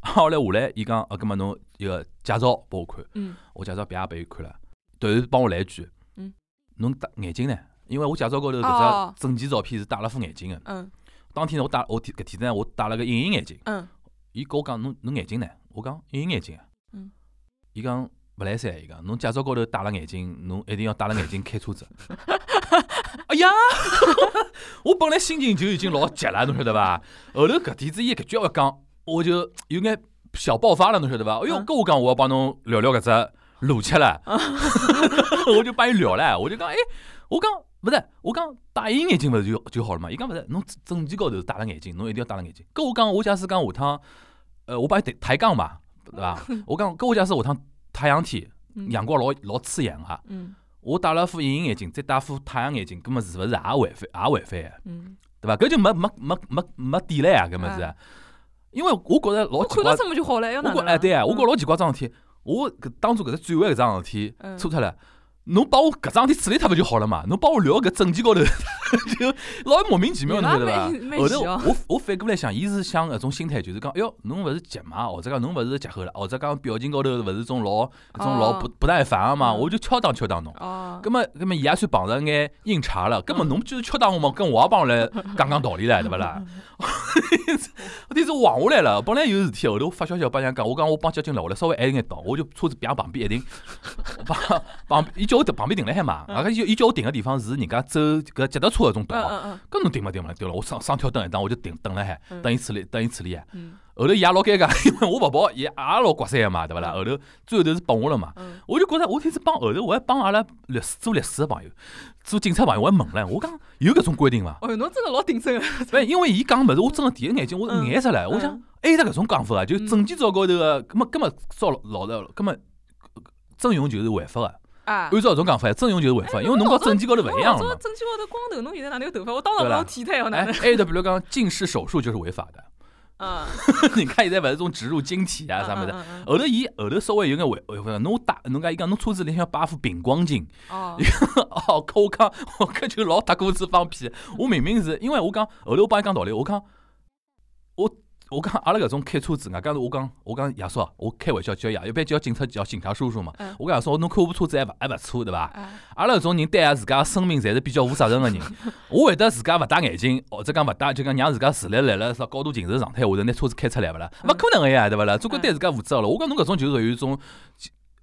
A: 后来下来，伊讲啊，葛么侬一个驾照拨我看，
B: 嗯
A: 我驾照别也拨伊看了，突然帮我来一句，
B: 嗯，
A: 侬戴眼镜呢？因为我驾照高头搿
B: 哦
A: 只证件照片是戴了副眼镜个，
B: 嗯
A: 当天呢我戴我搿天呢我戴了个隐形眼镜。
B: 嗯
A: 伊跟我讲侬侬眼镜呢？我讲隐形眼镜啊。
B: 嗯。
A: 伊讲勿来三，伊讲侬驾照高头戴了眼镜，侬一定要戴了眼镜开车子。 哎呀， 我本来心情就已经老急了，侬晓得伐？后头搿点子伊搿句话一讲，我就有眼小爆发了，侬晓得伐？哎哟，
B: 嗯
A: 跟我讲我要帮侬聊聊搿只路吃 了， 我就帮伊聊了，我就讲哎，我讲。勿是，我讲戴隐形眼镜勿是就就好了嘛？伊讲勿是，侬证件高头戴了眼镜，侬一定要戴了眼镜。跟我讲，我假使讲下趟呃，我把伊抬抬杠嘛，对 伐？我讲，搿我假使下趟太阳天，
B: 嗯
A: 阳光老老刺眼啊，
B: 嗯
A: 我戴了副隐形眼镜，再戴副太阳眼镜，搿么是勿是也违反也违反个，
B: 嗯，
A: 对伐？搿就没没没没没底了呀，搿么是
B: 啊？
A: 因为我觉着老
B: 我
A: 奇
B: 看
A: 怪
B: 到，这么就好了，要
A: 我
B: 哪
A: 觉
B: 能
A: 哎
B: 啊？
A: 对啊，我觉
B: 嗯
A: 着老奇怪桩事体，我搿当初搿只转弯搿桩事体
B: 嗯
A: 错脱了。侬帮我搿桩事体处理脱勿就好了嘛？侬帮我聊搿证件高头， 就老莫名其妙，侬晓得伐
B: 也蛮？蛮
A: 后头
B: 奇哦
A: 我我反过来想，伊是想搿种心态，就是讲，哎哟，侬勿是急嘛，或者讲侬勿是急吼了，或者讲表情高头勿是种老搿种老
B: 哦
A: 不不耐烦个嘛，
B: 嗯
A: 我就敲打敲打侬。
B: 哦
A: 葛，么，葛么伊也算碰着眼硬茬
B: 嗯
A: 了。葛么侬就是敲打我嘛，跟我也帮我 来讲讲道理唻，对勿啦？ 我天是晃下来了，本来有事体，后头我发消息我帮人家讲，我讲我帮交警了，我来稍微晚一眼到，我就车子别旁边一停， 旁旁伊叫我停旁边停了海嘛，啊，伊叫伊叫我停个地方是人家走搿脚踏车搿种
B: 嗯
A: 道，
B: 嗯
A: 搿侬停勿停勿停了，我上上跳蹬一蹬，我就停等了海，
B: 嗯
A: 等伊处理等伊处理啊。
B: 嗯
A: 后头伊也老尴尬， 因为我勿跑，伊也老刮三个嘛，对勿啦？后头最后头是拨我了嘛。
B: 嗯
A: 我就觉着，我天是帮后头，我还帮阿拉律师做律师的朋友，做警察朋友，我还问了，我讲有搿种规定伐？
B: 嗯，哦，侬真的老顶真啊！
A: 勿，因为伊讲物事，我真个第一眼睛我
B: 嗯
A: 眼出来，我想
B: 嗯
A: 还有得搿种讲法啊，就证件照高头个，葛末葛末照老老葛末征用就是违法个，
B: 啊，
A: 按照搿种讲法，征用就是违法，因为侬和证件高头哎勿一样了
B: 我老
A: 嘛
B: 早。证件高头光头，侬现在哪能有头发？我当
A: 对
B: 场
A: 啦
B: 老体态哦，哪
A: 哎，
B: 能？
A: 还有得比如讲近视手术就是违法的，
B: 嗯，
A: 你看现在勿是种植入晶体啊啥物事，
B: 嗯？ 嗯嗯
A: 后头伊后头稍微有眼违违法，侬打侬讲伊讲侬车子里向摆副平光镜。
B: 哦，
A: 哦，可我讲，我搿就老搭锅子放屁。我明明是因为我讲后头我帮伊讲道理，我讲我我讲阿拉搿种开车子，外加是我讲我讲爷叔啊，我开玩笑叫爷，一般叫警察叫警察叔叔嘛
B: 嗯。
A: 我讲爷叔，侬看我部车子还勿还勿错对伐？
B: 啊
A: 阿拉搿种人对阿自家生命侪是比较负责任个人，我会得自家勿戴眼镜，或者讲勿戴，就讲让自家视力辣辣啥高度近视状态下头拿车子开出来勿啦？勿可能个呀，对勿啦？总归对自家负责了。我讲侬搿种就属于一种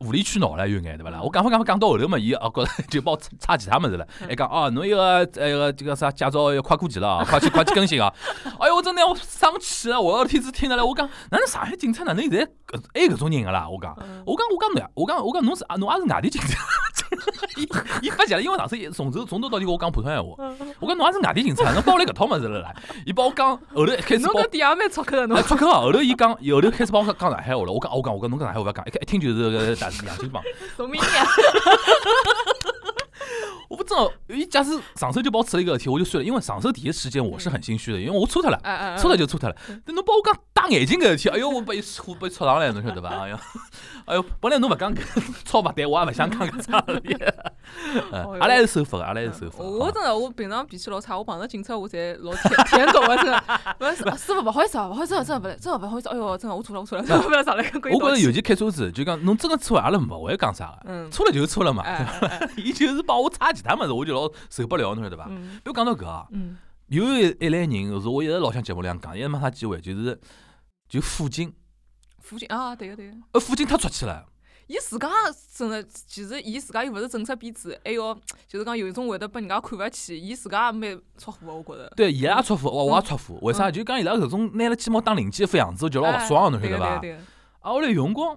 A: 无理取闹了，有眼对勿
B: 嗯
A: 啦？我讲法讲法讲到后头嘛，伊哦觉着 就帮我插插其他物事了，
B: 嗯
A: 还讲哦，侬一个呃一个这个啥驾照要快过期了 啊，快去快去更新啊！哎哟，我真的要生气了，我的天子听得来，我讲哪能上海警察哪能现在搿还有搿种人个啦？我讲
B: 嗯
A: 我讲我讲侬，我讲我讲侬是啊侬也是外地警察， 伊伊发现了，因为上次一从头从头到尾跟我讲普通闲话，
B: 嗯
A: 我讲侬也是外地警察，侬帮我来搿套物事了啦？伊帮我讲后头一开始
B: 侬
A: 帮我
B: 搿点也蛮出口的，侬
A: 哎，出口 啊后头伊讲，后头开始帮我讲上海话了。我讲，我讲，我讲，侬讲上海话不要讲，一看一听就是个大洋泾浜。
B: 农民呀，
A: 我不知道，伊假使上手就帮我出了一个事体，我就算了，因为上手第一时间我是很心虚的，因为我错脱了，
B: 哎哎，
A: 错脱就错脱了。但侬帮我讲戴眼镜搿事体，哎哟，我被我被戳上来，侬晓得伐？哎哟， 哎哟，本来侬勿讲抄勿对，我也勿想讲搿桩事 体。嗯阿拉还是守法的，阿拉还是守法的。
B: 我
A: 好
B: 真的，我平常脾气老差，我碰着警察我侪老舔舔狗啊的，真的。 不是师傅，不好意思啊，不好意思啊，真的不来，真的不好意思。哎哟，真的我错了，我错了，真的 不要上来跟
A: 我觉着尤其开车子，就讲侬真个错，阿拉勿会讲啥个，
B: 嗯
A: 错了就错了嘛。
B: 哎哎哎，
A: 伊就是帮我差其他物事，我就老受不了，侬晓得伐？
B: 嗯
A: 不要讲到搿啊，
B: 嗯
A: 有一一类人是我一直老想节目里向讲，一直没啥机会，就是就父亲，
B: 附近啊，对个对个，
A: 呃，父亲太出去了，
B: 伊自家真的，其实伊自家又勿是正式编制，还要就是讲有一种会得被人家看勿起，伊自家也蛮出乎的，我觉着。
A: 对，伊拉也出夫，我我也出
B: 嗯
A: 夫，为啥？就讲伊拉搿种拿了鸡毛当令箭一副样子，就老勿爽，侬晓
B: 哎对
A: 得
B: 个
A: 伐？
B: 对个对
A: 啊，后来有辰光。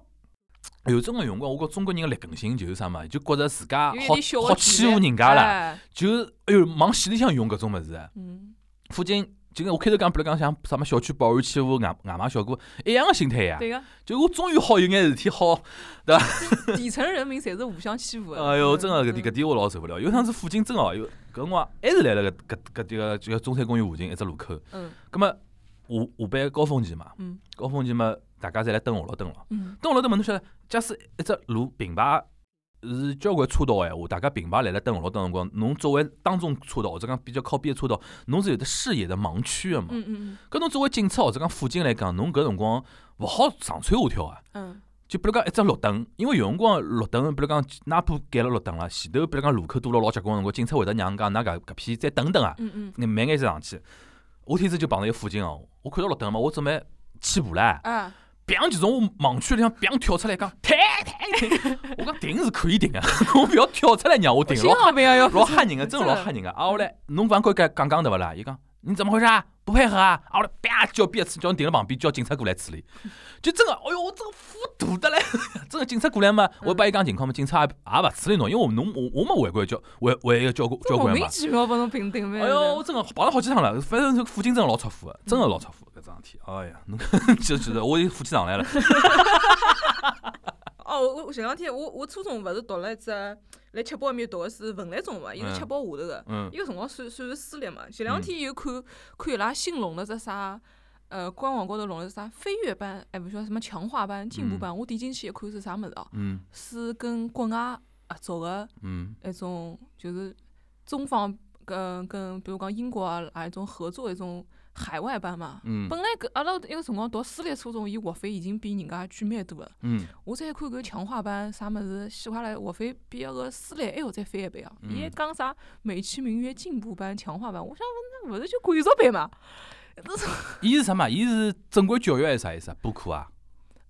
A: 有种个辰光，我觉中国人个劣根性就是啥嘛，就觉着自家
B: 个，
A: 啊好
B: 有点小
A: 好欺负人家啦，
B: 了。
A: 就哎哟往死里向用搿种物事。
B: 嗯，
A: 附近就跟我开头讲，比如讲像啥么小区保安欺负外外卖小哥一样个心态呀。
B: 对个，
A: 就我终于好有眼事体好
B: 底层人民侪是互相欺负的。嗯
A: 哎哟，真个搿点搿点我老受不了。有趟子附近真个哦，有搿辰光还是来了搿搿搿迭个就中山公园附近一只路口。
B: 嗯
A: 葛末下下班高峰期嘛，
B: 嗯
A: 高峰期嘛，大家侪来等红绿灯了。
B: 嗯
A: 等红绿灯嘛，侬晓得，假使一只路平排是交关车道个闲话，大家平排来了等红绿灯的辰光，侬作为当中车道或者讲比较靠边的车道，侬是有得视野的盲区个嘛。
B: 嗯嗯
A: 搿侬作为警察或者讲辅警来讲，侬搿辰光勿好上蹿下跳啊。
B: 嗯
A: 就比如讲一只绿灯，因为有辰光绿灯，比如讲哪怕改了绿灯了，前头比如讲路口堵了老结棍个辰光，警察会得让讲㑚搿搿批再等等啊，
B: 嗯嗯，
A: 你慢眼再上去。我天子就碰到一个辅警哦，我看到绿灯嘛，我准备起步唻，
B: 啊。
A: 砰！就从我盲区里向砰跳出来，讲停停！ 我讲停是可以停啊， 侬勿要跳出来让我停，
B: 心
A: 老
B: 脏病啊， 要
A: 老吓人个，真的老吓人个。啊，后来侬勿跟讲讲讲对勿啦？伊讲你怎么回事啊？不配合啊！啊，后来啪叫别次，叫你停了旁边，叫警察过来处理。 就真个，哎哟，我真个服毒的嘞！ 真个警察过来嘛，
B: 嗯
A: 我帮伊讲情况嘛，警察也也勿处理侬，因为我侬我我没违规交违违一个交规
B: 这
A: 交
B: 莫
A: 规
B: 名
A: 嘛。
B: 其妙把侬评定呗。
A: 哎哟，我真个碰了好几趟了，反正这附近真个老出
B: 嗯
A: 乎个，真个老出乎搿桩事体。哎呀， 侬就觉得我火气上来 了。
B: 哦，我我前两天我我初中勿是读了一只来七宝埃面读的是文莱中学嘛，伊
A: 嗯
B: 是七宝下头个，
A: 嗯
B: 伊个辰光算算是私立嘛。前两天又看看伊拉新弄了只啥。呃，官网高头弄了只啥飞跃班，哎，勿晓得什么强化班、进步班，我点进去一看是啥物事哦，
A: 嗯
B: 是跟国外合作个
A: 嗯
B: 一种就是中方跟跟比如讲英国啊啊一种合作一种海外班嘛。
A: 嗯
B: 本来搿阿拉一个辰光读私立初中，伊学费已经比人家贵蛮多了。
A: 嗯
B: 我再看搿强化班啥物事，洗下来学费比那个私立还要再翻一倍啊！伊还
A: 嗯
B: 讲啥美其名曰进步班、强化班，我想问，那勿是就贵族班嘛？这是
A: 伊是啥嘛？伊是正规教育还是啥意思啊？补课啊？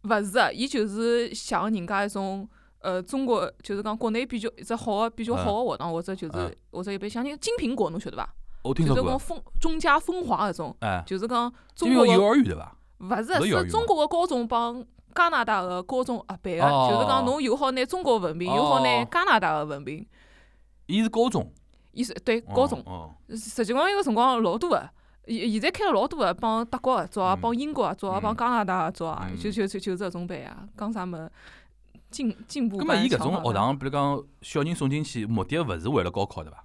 B: 勿是啊？伊就是像人家一种。呃，中国就是讲国内比较一只好个比较好个学堂，或者就是
A: 嗯
B: 或者一般像那个金苹果，侬晓得伐？
A: 我听
B: 就
A: 说
B: 是
A: 过
B: 讲。风中加风华那种，
A: 哎，
B: 就是讲中
A: 因为
B: 国
A: 幼
B: 个
A: 儿园对伐？
B: 勿
A: 不
B: 是啊
A: 是幼儿
B: 是
A: 园
B: 中
A: 嘛
B: 国个高中帮加拿大个高中合办个，
A: 哦
B: 就是讲侬又好拿中国文凭，又好拿
A: 哦
B: 加拿大个文凭，
A: 伊是高中，
B: 伊是对高中，
A: 哦，
B: 实际光有个辰光老多个，现现在开了老多个，帮德国合作啊，
A: 嗯
B: 帮英国合作啊，
A: 嗯
B: 帮加拿大合作啊
A: 嗯，
B: 就就就就这种班啊，讲啥么进进步
A: 咁么
B: 班嗯
A: 伊搿
B: 强
A: 种
B: 化
A: 学
B: 班，
A: 堂，比如讲小人送进去，目的勿是为了高考对伐？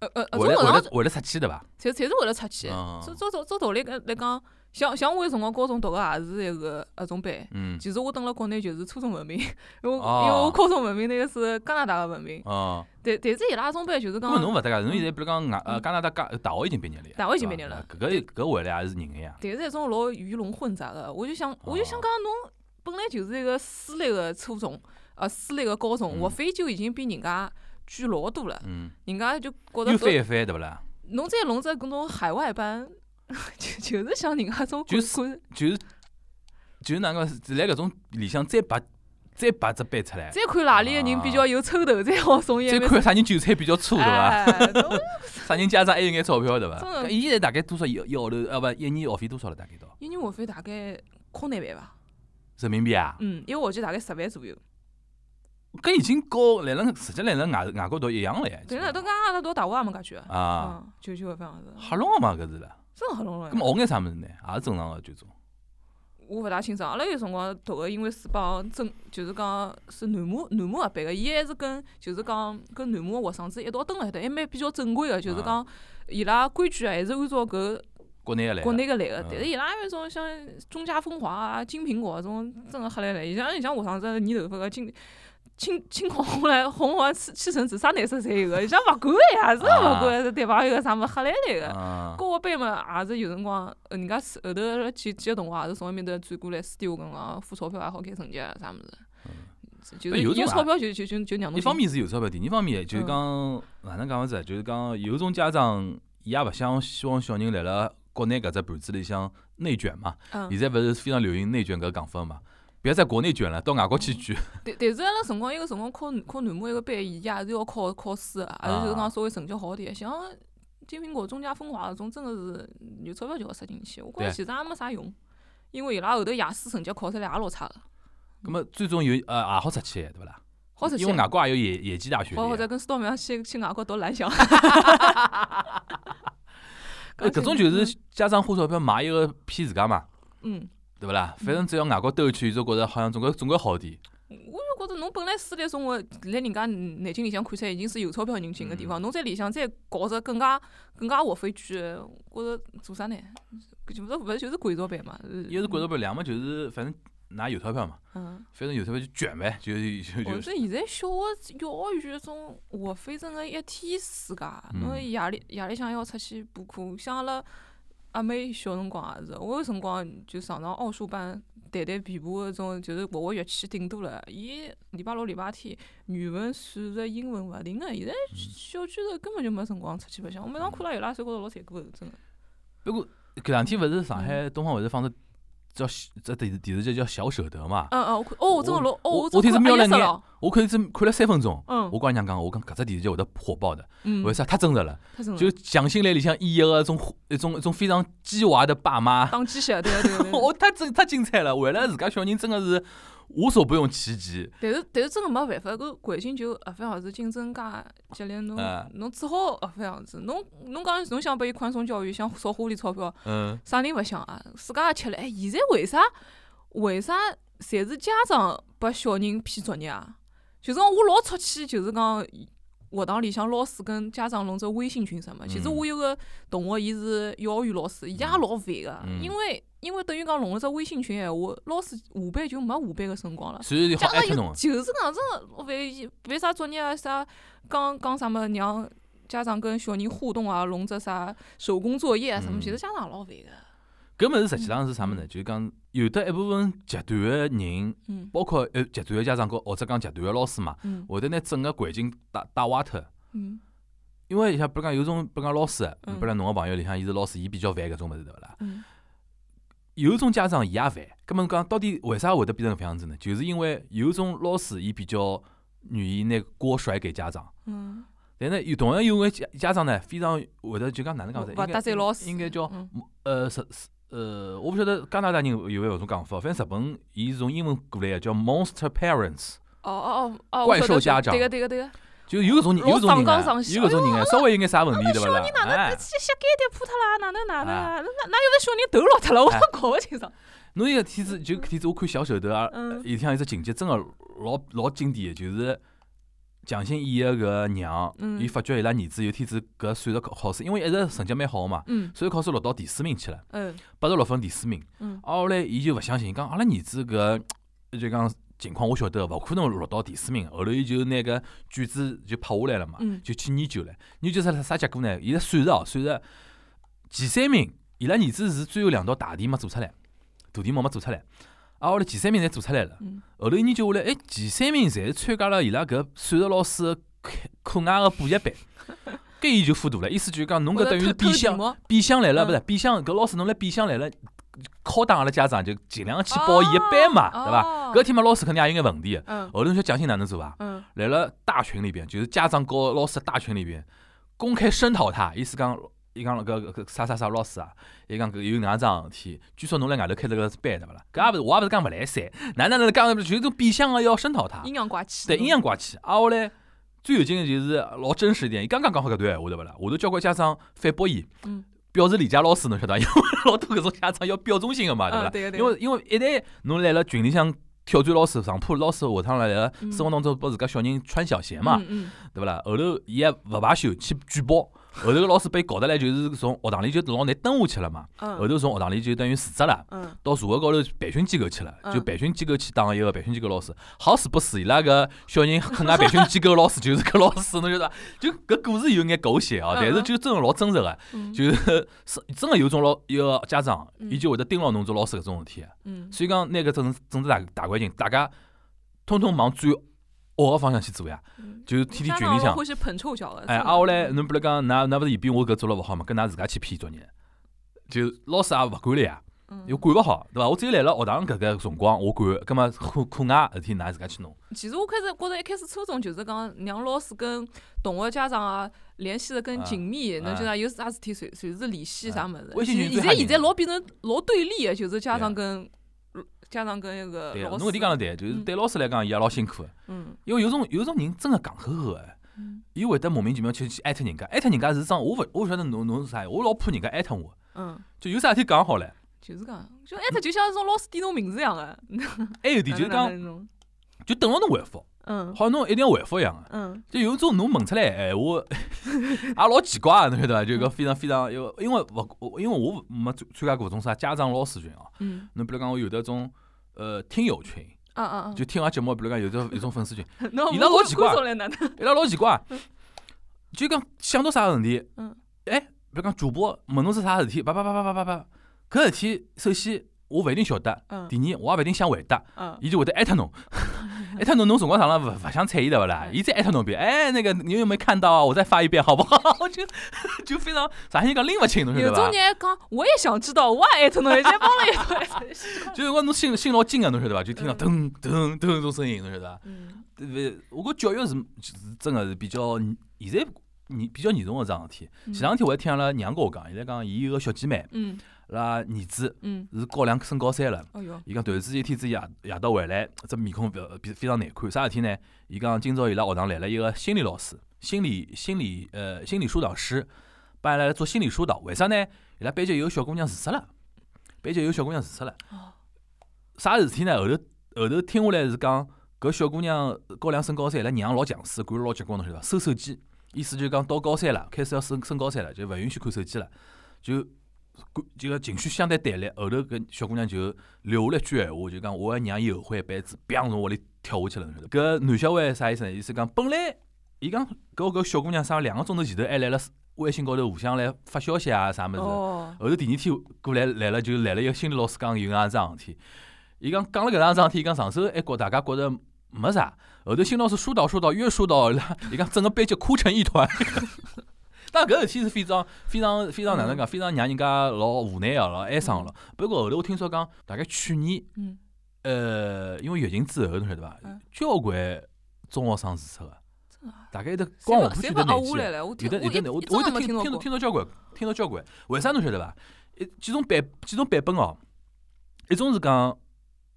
B: 呃呃，呃
A: 为
B: 这
A: 了为
B: 种学堂
A: 了为了出去对伐？
B: 侪侪是为了出去
A: 嗯，
B: 做做做做道理来讲，像像我有辰光高中读个也是一个那种班。
A: 嗯，
B: 其实我蹲辣国内就是初中文凭，因 为我
A: 哦
B: 因为我高中文凭那个是加拿大个文凭，
A: 哦，
B: 但但是伊拉中班就是
A: 咁么侬
B: 讲，
A: 勿搭界，侬现在比如讲外呃
B: 嗯
A: 加拿大加大学已经毕业了呀，
B: 大学已经
A: 对
B: 毕业
A: 伐
B: 了
A: 搿个搿回来也是人个呀，
B: 但是一种老鱼龙混杂个，我就想我就想
A: 哦
B: 讲侬本来就是一个私立个初中，呃私立个高中，
A: 嗯
B: 学费就已经比人家贵老多了，
A: 嗯，
B: 人家就觉
A: 又翻
B: 得
A: 一翻对勿啦？
B: 侬再弄只搿种海外班， 就就是像人家这种
A: 就
B: 管管
A: 就是就是哪能讲，在搿种里向再把再摆只班出来，
B: 再看哪里个人比较有抽头，再好送一
A: 啊再
B: 眼。
A: 看啥人韭菜比较粗，对伐？
B: 哎， 侬
A: 啥人家长还有眼钞票，对伐
B: 真？的
A: 搿伊现在大概多少一一号头，啊勿一年学费多少了？大概到
B: 一年学费大概空难万吧，
A: 人民币啊？
B: 嗯，一个学期大概十万左右。
A: 搿已经高来了，直接来了外外国读一样了呀。
B: 对了，都刚刚读大学也没介贵，
A: 啊，
B: 嗯，九九月份好像是，
A: 瞎弄嘛搿是了。
B: 真的很隆
A: 咁
B: 重。
A: 么学眼啥物事呢？也是正常个就种。
B: 我勿大清爽，阿拉有辰光读个，因为是帮正，就是讲是南模南模合办个，伊还是跟就是讲跟南模个学生子一道蹲辣海搭，还蛮比较正规个，就是讲伊拉规矩啊还是按照搿
A: 国内个来的，
B: 国内个来个
A: 嗯，
B: 但是伊拉那种像中加风华啊、金苹果啊这种，真个黑来来。像像我上次染头发个金金金黄红来红黄七七成紫，啥颜色侪有个，像勿管个呀，真个勿管是对方有个啥么黑来来个。
A: 啊，
B: 高学班嘛，也是有辰光，呃人家是后头几几个同学也是从埃面搭转过来私底下跟我讲，付钞票也好看成绩啊啥物事。就
A: 但嗯
B: 是
A: 有种
B: 有
A: 啊
B: 钞票就就就就嗯让侬
A: 一
B: 进。
A: 方面是有钞票，第二方面就是讲哪能讲法子，啊就是讲有种家长伊也勿想希望小人来了国内搿只盘子里向内卷嘛。
B: 嗯，
A: 现在勿是非常流行内卷搿讲法嘛？不要在国内卷了，到外国去卷。
B: 但但是阿拉辰光，一个辰光考考南模一个班，伊也是要考考试的，还是就是
A: 啊
B: 讲稍微成绩好点。像金苹果、中加风华啊搿种，真的是有钞票就好塞进去。我觉
A: 对
B: 着其实也没啥用，因为伊拉后头雅思成绩考出来也老差个，
A: 咁么最终有呃也好出去，对勿啦？
B: 好出去
A: 因为。外国也有野野鸡大学的呀。啊
B: 好或者跟 storm 一样去去外国 读蓝翔。
A: 呃搿种就是家长花钞票买一个骗自家嘛，
B: 嗯。
A: 对勿啦？反正只要外国兜一圈，就觉着好像总归总归好点。
B: 我就觉着侬本来私立生活辣人家南京里向看起来已经是有钞票人进个地方，侬在里向再搞着更加更加学费贵的，我觉着做啥呢？搿就勿是勿是就是贵钞班嘛？呃
A: 一是觉着不两嘛，就是反正拿有钞票嘛，
B: 嗯，
A: 反正有钞票就卷呗，就就
B: 或
A: 就
B: 者
A: 就
B: 现在小学、幼儿园种学费真个一天世界，侬
A: 嗯
B: 夜里夜里向还要出去补课，像阿拉阿妹小辰光啊也是，我有辰光就上上奥数班，弹弹琵琶搿种，就是学学乐器顶多了。伊礼拜六、礼拜天语文、数学、英文勿停个，现在
A: 嗯
B: 小区头根本就没辰光出去白相。我每趟看到伊拉手高头老残酷的，真个。
A: 不过搿两天勿是上海
B: 嗯
A: 东方卫视放只叫只电视电视剧叫《小舍得》嘛，
B: 嗯嗯，我看哦，真个老哦，
A: 我
B: 真
A: 我天
B: 的
A: 是瞄
B: 看
A: 了
B: 了
A: 眼
B: 了。
A: 我看只看了三分钟，
B: 嗯
A: 我跟俺娘讲，我讲搿只电视剧会得火爆的，
B: 嗯
A: 为，啥？太真实了，
B: 太神了
A: 就，蒋欣来里向演一个一种一种一种非常鸡娃的爸妈，
B: 打鸡血，对个对个对啊个。
A: 哦，太真太精彩了，为了自家小人真的是无所不用其极。
B: 但是但是真个没办法，搿环境就啊搿副样子，竞争介激烈，侬
A: 哎
B: 侬啊只好搿副样子。侬侬讲侬想拨伊宽松教育，想少花点钞票，
A: 嗯，
B: 啥人勿想啊？自家也吃力。哎，现在为啥为啥侪是家长拨小人批作业啊？就是讲我老出气，就是讲学堂里向老师跟家长弄只微信群什么。其实
A: 嗯
B: 我有个同学，伊是幼儿园老师，伊也老烦个
A: 嗯，
B: 因为因为等于讲弄了只微信群闲话，老师下班就没下班个辰光了。
A: 所以好
B: 家
A: 艾
B: 长
A: 特
B: 有
A: 侬啊，
B: 就是搿样子，我万一办啥作业啊，啥讲讲啥么让家长跟小人互动啊，弄只啥手工作业啊什么，
A: 嗯
B: 其实家长也老烦个。
A: 搿物事
B: 嗯
A: 实际上是啥物事呢？就是讲有得一部分极端的人，
B: 嗯
A: 包括呃极端的家长和或者讲极端的老师嘛，
B: 嗯
A: 会得拿整个环境带带歪脱。
B: 嗯
A: 因为像比如讲有种，比如讲老师，比
B: 嗯
A: 如讲侬个朋友里向伊是老师，伊比较烦搿种物事对勿啦？
B: 嗯
A: 有种家长伊也烦，葛末讲到底为啥会得变成搿样子呢？就是因为有种老师伊比较愿意拿锅甩给家长，
B: 嗯
A: 但呢有同样有个家家长呢非常会得就讲哪能讲法子？
B: 勿
A: 应
B: 搭
A: 该
B: 对老师
A: 应该叫
B: 嗯
A: 呃，日呃，我不晓得加拿大人有没有搿种讲法，反正日本伊是从英文过来个，叫 monster parents，
B: 哦哦哦哦，
A: 怪
B: 我晓
A: 兽
B: 得
A: 家长
B: 对个对个对个，
A: 就有搿种人，有搿种人
B: 老上纲
A: 啊，
B: 上线
A: 有搿种人 啊，稍微有眼啥问题对勿啦？哎，
B: 这膝盖跌破脱了，哪能哪能
A: 哎
B: 啊？哪哪有个小人头落脱了？我
A: 哎
B: 搞勿清爽。
A: 侬有个天子就搿天子我看小手头啊，
B: 嗯
A: 里向有只情节真个老老经典个，就是蒋欣演个搿娘，
B: 嗯
A: 伊发觉伊拉儿子有天子搿算着考考试，因为一直成绩蛮好个嘛，
B: 嗯
A: 所以考试落到第四名去了。
B: 嗯
A: 八十六分第四名。
B: 嗯
A: 啊后来伊就勿相信，讲阿拉儿子搿就讲情况我晓得，勿可能落到第四名。后头伊就拿搿卷子就拍下来了嘛，
B: 嗯
A: 就去研究了。研究出啥啥结果呢？伊拉算着哦，算着前三名，伊拉儿子是最后两道大题没做出来，大题目没做出来。啊，后来前三名侪做出来了。
B: 嗯
A: 后头研究下来，哎，前三名侪是参加了伊拉搿算术老师的课外个补习班， 搿伊就糊涂了。意思就是讲，侬搿
B: 或者
A: 等于是
B: 偷偷
A: 变
B: 题
A: 相
B: 目
A: 变相来了，
B: 嗯
A: 不是变相，搿老师侬来变相来了，敲打阿拉家长就尽量去报伊个班嘛，对伐？
B: 哦嗯
A: 搿天嘛，老师肯定也有眼问题个。
B: 嗯
A: 后头侬想蒋欣哪能做伐？
B: 嗯
A: 来了大群里边，就是家长和老师的大群里边公开声讨他，意思讲，伊讲搿搿啥啥啥老师啊，伊讲搿有哪桩事体，据说侬辣外头开了个班对勿啦？搿也勿是，我也勿是讲勿来三，哪能哪能讲，就是种变相个要声讨他，
B: 阴阳怪气。
A: 对阴阳怪气。啊，我嘞最有劲个就是老真实一点，伊刚刚讲好搿段闲话对勿啦？下头交关家长反驳伊
B: 嗯，
A: 表示理解老师侬晓得伐，因为老多搿种家长要表忠心个嘛，对勿
B: 嗯，
A: 啦？
B: 对个对
A: 因
B: 个。
A: 为因为一旦侬来了群里向挑战老师、上铺老师，下趟来了
B: 嗯
A: 生活当中拨自家小人穿小鞋嘛，
B: 嗯
A: 对勿啦？后头伊也勿罢休去举报，后头个老师被搞得来就是从学堂里就老难蹲下去了嘛，
B: 嗯
A: 后头从学堂里就等于辞职了。
B: 嗯
A: 到社会高头培训机构去了，
B: 嗯
A: 就培训机构去当一个培训机构老师，好死不死伊拉个小人 恨外培训机构老师就是搿老师，侬晓得伐？就搿故事有眼狗血啊，
B: 嗯
A: 但是
B: 嗯
A: 就真个老真实个，
B: 嗯
A: 就是是真个有种老一个家长，
B: 嗯
A: 伊就会得盯牢侬做老师搿种事体。啊
B: 嗯
A: 所以讲，拿搿整整治大大环境，大家通通往最恶个方向去做呀，
B: 嗯。
A: 就是天天群里向
B: 会。是捧臭脚的。
A: 哎，
B: 真的
A: 挨下来，侬比如讲，㑚㑚勿是嫌比我搿做了勿好嘛，跟㑚自家去批作业，就老师也勿管了呀，
B: 嗯
A: 又管勿好，对伐？我只有来了学堂搿个辰光，我管，葛末 课课外事体㑚自家去弄。
B: 其实我开始觉着一开始初中就是讲让老师跟同学家长啊联系的更紧密，
A: 啊哎
B: 侬就讲有啥事体随随时联系啥物事。
A: 微信群
B: 现
A: 最
B: 现
A: 吓
B: 在
A: 人
B: 现在老变成老对立的，就是家长
A: 对啊
B: 跟家长跟那个
A: 对，
B: 呃
A: 啊
B: 老
A: 侬
B: 师。
A: 搿点讲得对，就是
B: 嗯
A: 对老师来讲，伊也老辛苦个，
B: 嗯
A: 因为有种有种人真个戆呵呵个
B: 嗯，
A: 伊会得莫名其妙去去艾特人家，艾特人家是桩我勿我勿晓得侬侬是啥，我老怕人家艾特我，
B: 嗯，
A: 就有啥事体讲好唻。
B: 就是讲，就
A: 嗯
B: 艾特就像那种老师点侬名字一样的。嗯
A: 还哎有点就是讲
B: 哪能哪能哪能
A: 就等牢侬回复，
B: 嗯
A: 好像侬一定要回复一样个。
B: 嗯
A: 就有种侬问出来闲 话，也老奇怪啊个，侬晓得伐？就一个非常非常，因为因为勿我因为我没参参加过搿种啥家长老师群哦。
B: 嗯
A: 侬比如讲，我有得种呃听友群，
B: 啊啊啊！
A: 就听我节目，比如讲有得有种 粉丝群，
B: 侬
A: 伊拉老奇怪
B: 来哪能？
A: 伊拉老奇怪，就讲想到啥问题
B: 嗯，
A: 哎，比如讲主播问侬是啥事体，叭叭叭叭叭叭叭，搿事体首先我勿一定晓得，
B: 嗯
A: 第二我也勿一定想回答。
B: 嗯
A: 伊就会得艾特 侬，艾特侬，侬辰光长了勿勿想睬伊对勿啦？
B: 嗯
A: 伊再艾特侬一遍，哎，那个你有没有看到啊？我再发一遍好不 好？我就就非常啥人讲拎勿清，侬晓
B: 有
A: 得伐
B: 种？人还讲，我也想知道，我也艾特侬，人家帮了一头艾特。
A: 就是讲侬心心老紧个，侬晓得伐？就听到
B: 嗯
A: 噔噔噔这种声音，侬晓得伐？
B: 嗯
A: 对不对？我觉着教育是是真个是比较现在严比较严重个桩事体。前两天我还听阿拉娘跟我讲，伊拉讲伊有个小姐妹，
B: 嗯
A: 阿拉儿子
B: 嗯，
A: 是高两升高三了。
B: 哎哟，
A: 伊讲突然之间一天子夜夜到回来，这面孔非非常难看。啥事体呢？伊讲今朝伊拉学堂来了一个心理老师，心理心理呃心理疏导师，帮伊拉来做心理疏导。为啥呢？伊拉班级有个小姑娘自杀了，班级有个小姑娘自杀了
B: 哦。
A: 啥事体呢？后头后头听下来是讲，搿小姑娘高两升高三，伊拉娘老强势，管了老结棍，侬晓得伐？收手机，意思就是讲到高三了，开始要升升高三了，就勿允许看手机了，就。管就个情绪相对对立，后头搿小姑娘就留下了一句闲话，就讲我要让伊后悔一辈子，砰从屋里跳下去了。侬晓得搿男小孩啥意思呢？意思讲本来伊讲搿搿小姑娘啥两个钟头前头还来了微信高头互相来发消息啊啥物事，后
B: 哦，
A: 头第二天过来来了就来了一个心理老师讲有搿桩事体，伊讲讲了搿桩事体，伊讲上手还觉大家觉着没啥，后头心理老师疏导疏导越 疏导，伊拉伊讲整个班级哭成一团。 但搿事体是非常非常非常哪能讲，非常让人家老无奈个，老哀伤个了。不过后头我听说讲，大概去年
B: 嗯，
A: 呃，因为疫情之后，侬晓得伐
B: 嗯？
A: 交关中学生自杀个
B: 真的啊，
A: 大概得光我
B: 谁
A: 不记
B: 谁不
A: 得
B: 熬
A: 哪
B: 下
A: 几
B: 来
A: 个，
B: 了？我
A: 有
B: 听
A: 的有
B: 我
A: 的
B: 一
A: 哪，我
B: 一桩
A: 我得
B: 也没
A: 听
B: 听到
A: 听到听到
B: 过。
A: 交关，听到交关。为啥侬晓得伐？一几种版几种版本哦，一种是讲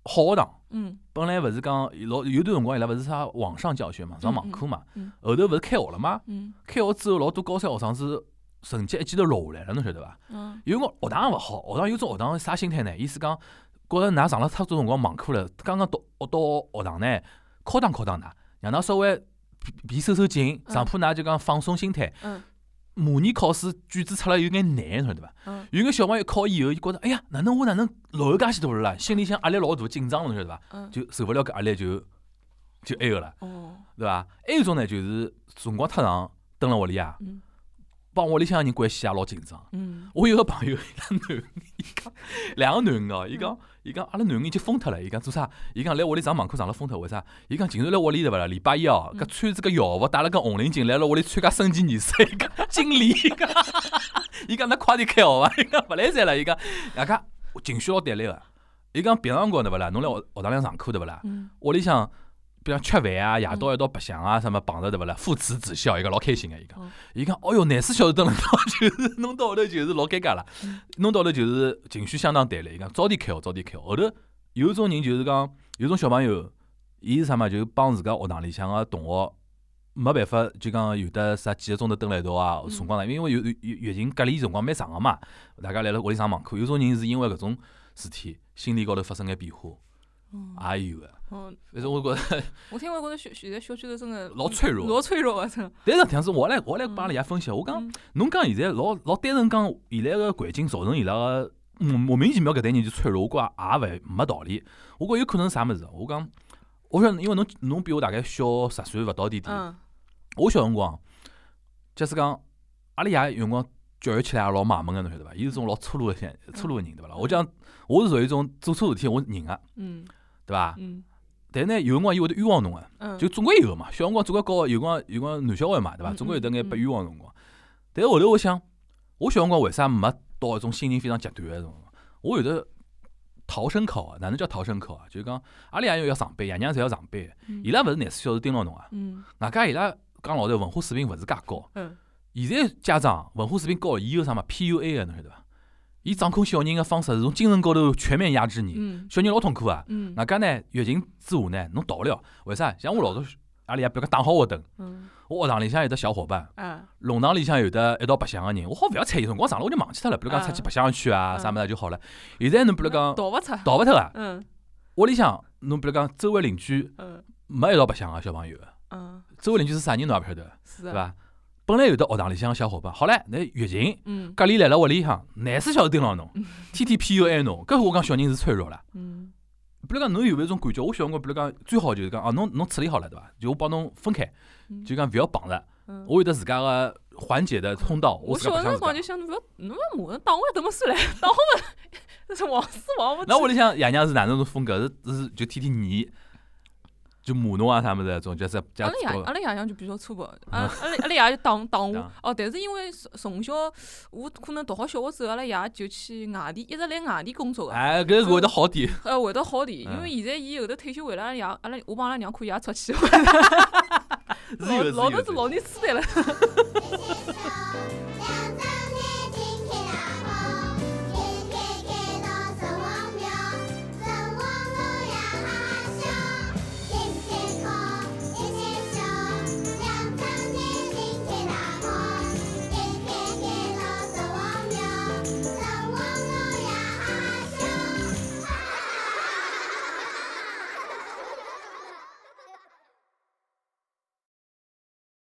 A: 好学堂。
B: 嗯
A: 本来勿是讲老有段辰光，伊拉勿是啥网上教学嘛，上网课嘛
B: 嗯嗯，
A: 后头勿是开学了嘛？
B: 嗯
A: 开学之后，老多高三学生是成绩一记头落下来了，侬晓得伐？
B: 嗯
A: 有辰光学堂也勿好，学堂有种学堂是啥心态呢？意思讲，觉着㑚上了太多辰光网课了，刚刚到到学堂呢，敲打敲打㑚，让㑚稍微皮皮收收紧，
B: 嗯
A: 上铺㑚就讲放松心态。
B: 嗯
A: 模拟考试卷子出来有眼难，侬晓得伐？
B: 嗯
A: 有眼小朋友考以后，伊觉着，哎呀，哪能我哪能落后介许多了啦？心里向压力老大，紧张了，侬晓得伐？
B: 嗯，
A: 就受勿了搿压力就就埃个了，
B: 哦，
A: 对伐？还有一种呢，就是辰光太长，蹲辣屋里啊，
B: 嗯
A: 帮屋里向人关系也老紧张。
B: 嗯
A: 我有个朋友，伊拉囡，伊讲 两个囡哦，伊讲伊讲阿拉囡已经疯脱了，伊讲做啥？伊讲来屋里上网课上了疯脱，为啥？伊讲竟然来屋里对勿啦？礼拜一哦，搿
B: 嗯
A: 穿着个校服，戴了个红领巾，来了屋里参加升旗仪式，伊讲敬礼，伊讲 哦伊讲那快点开学伐？伊讲勿来三了，伊讲大家情绪老对立个。伊讲平常辰光对勿啦？侬来学学堂里向上课对勿啦？
B: 嗯，
A: 屋里向，比如吃饭啊，夜到
B: 嗯
A: 一道白相啊，什么碰着对勿啦？父慈子孝，伊讲老开心个，伊讲
B: 哦，
A: 伊讲，哦哟，廿四小时蹲辣到就是弄到后头就是老尴尬了
B: 嗯，
A: 弄到后头就是情绪相当淡了。伊讲早点开学，早点开学。后头有种人就是讲，有种小朋友，伊是啥嘛？就是帮自家学堂里向个同学。没办法，就讲有的啥几个钟头蹲辣一道啊，
B: 嗯
A: 辰光长，因为有有有疫情隔离辰光蛮长个嘛，大家辣辣屋里上网课，有种人是因为搿种事体，心理高头发生眼变化，也有个。
B: 嗯，
A: 反正我觉着
B: 我听我觉着小现在小区头真的
A: 老脆弱
B: 老脆弱啊，真的。
A: 但实际上是我来我来帮
B: 嗯
A: 伊拉分析，我讲
B: 嗯
A: 侬讲现在老老单纯讲现在个环境造成伊拉个莫莫名其妙搿代人就脆弱，我觉着也勿没道理。我觉有可能是啥物事？啊我讲，我晓得因为侬侬比我大概小十岁勿到点点，
B: 嗯
A: 我小辰光，假使讲阿拉爷有辰光教育起来也老买门个，侬晓得伐？伊是种老粗鲁个些
B: 嗯
A: 粗鲁个人，对伐？啦？我讲我是属于一种做错事体我是认个，
B: 嗯
A: 对伐？
B: 嗯
A: 但呢，有辰光伊会得冤枉侬个。
B: 嗯，
A: 就总归有个嘛，小辰光总归高，有辰光有辰光男小孩嘛，对伐？
B: 嗯
A: 总归有得眼
B: 嗯
A: 被
B: 嗯
A: 冤枉个辰光。但是后头我想，我小辰光为啥没到一种心灵非常极端个辰光？我有得逃生口啊，哪能叫逃生口啊？就是讲阿拉爷娘要上班，爷娘侪要上班，伊拉勿是廿四小时盯牢侬啊。
B: 嗯
A: 外加伊拉讲老实，文化水平勿是介高。
B: 嗯
A: 现在家长文化水平高，伊有啥嘛 PUA 个，侬晓得伐？伊掌控小人个方式是从精神高头全面压制你，
B: 嗯
A: 小人老痛苦啊。
B: 嗯
A: 外加呢，疫情之下呢，侬逃勿了，为啥？像我老早阿拉爷，比如讲打好学堂，
B: 嗯
A: 我学堂里向有得小伙伴，
B: 啊
A: 弄堂里向有得一道白相个人，我好勿要睬伊，辰光长了我就忘记脱了。比如讲出去
B: 啊
A: 白相去啊，啥物事就好了。现在侬比如讲
B: 逃勿出，
A: 逃勿脱啊，
B: 嗯
A: 屋里向侬比如讲周围邻居
B: 嗯
A: 没一道白相个小朋友，
B: 嗯
A: 周围邻居是啥人侬也勿晓得，
B: 是
A: 对
B: 啊的，
A: 伐？本来有得学堂里向个小伙伴，好唻，那疫情
B: 嗯
A: 隔离来了屋里向，廿四小时盯牢侬，天天 PUA 侬，搿我讲小人是脆弱了。
B: 嗯
A: 比如讲，侬有没有一种感觉？我小辰光，比如讲，最好就是讲啊，侬侬处理好了，对伐？就我帮侬分开，
B: 嗯
A: 就讲勿要绑着。
B: 嗯。
A: 我有得自家个缓解的通道，
B: 我
A: 自家白
B: 小
A: 相
B: 辰
A: 自
B: 光就
A: 家。
B: 想，侬勿要侬勿要骂人，打我怎么算嘞？打我勿 是王死亡，我
A: 那屋里向爷娘是哪能种风格？是是就天天黏，就骂侬啊啥物事，种就是
B: 阿
A: 家
B: 拉爷阿拉爷娘就比较粗暴，
A: 嗯
B: 阿阿拉阿拉爷就打打我
A: 打。
B: 哦，但是因为从从小我可能读好小学之后，阿拉爷就去外地，一直来外地工作个，
A: 哎，搿是会得好点。
B: 呃，会得好点。因
A: 嗯
B: 为现在伊后头退休回来，阿拉爷阿拉我帮阿拉娘看伊也出
A: 是
B: 去，老
A: 有是
B: 老头
A: 有
B: 子
A: 是
B: 老
A: 有。
B: 年痴呆了。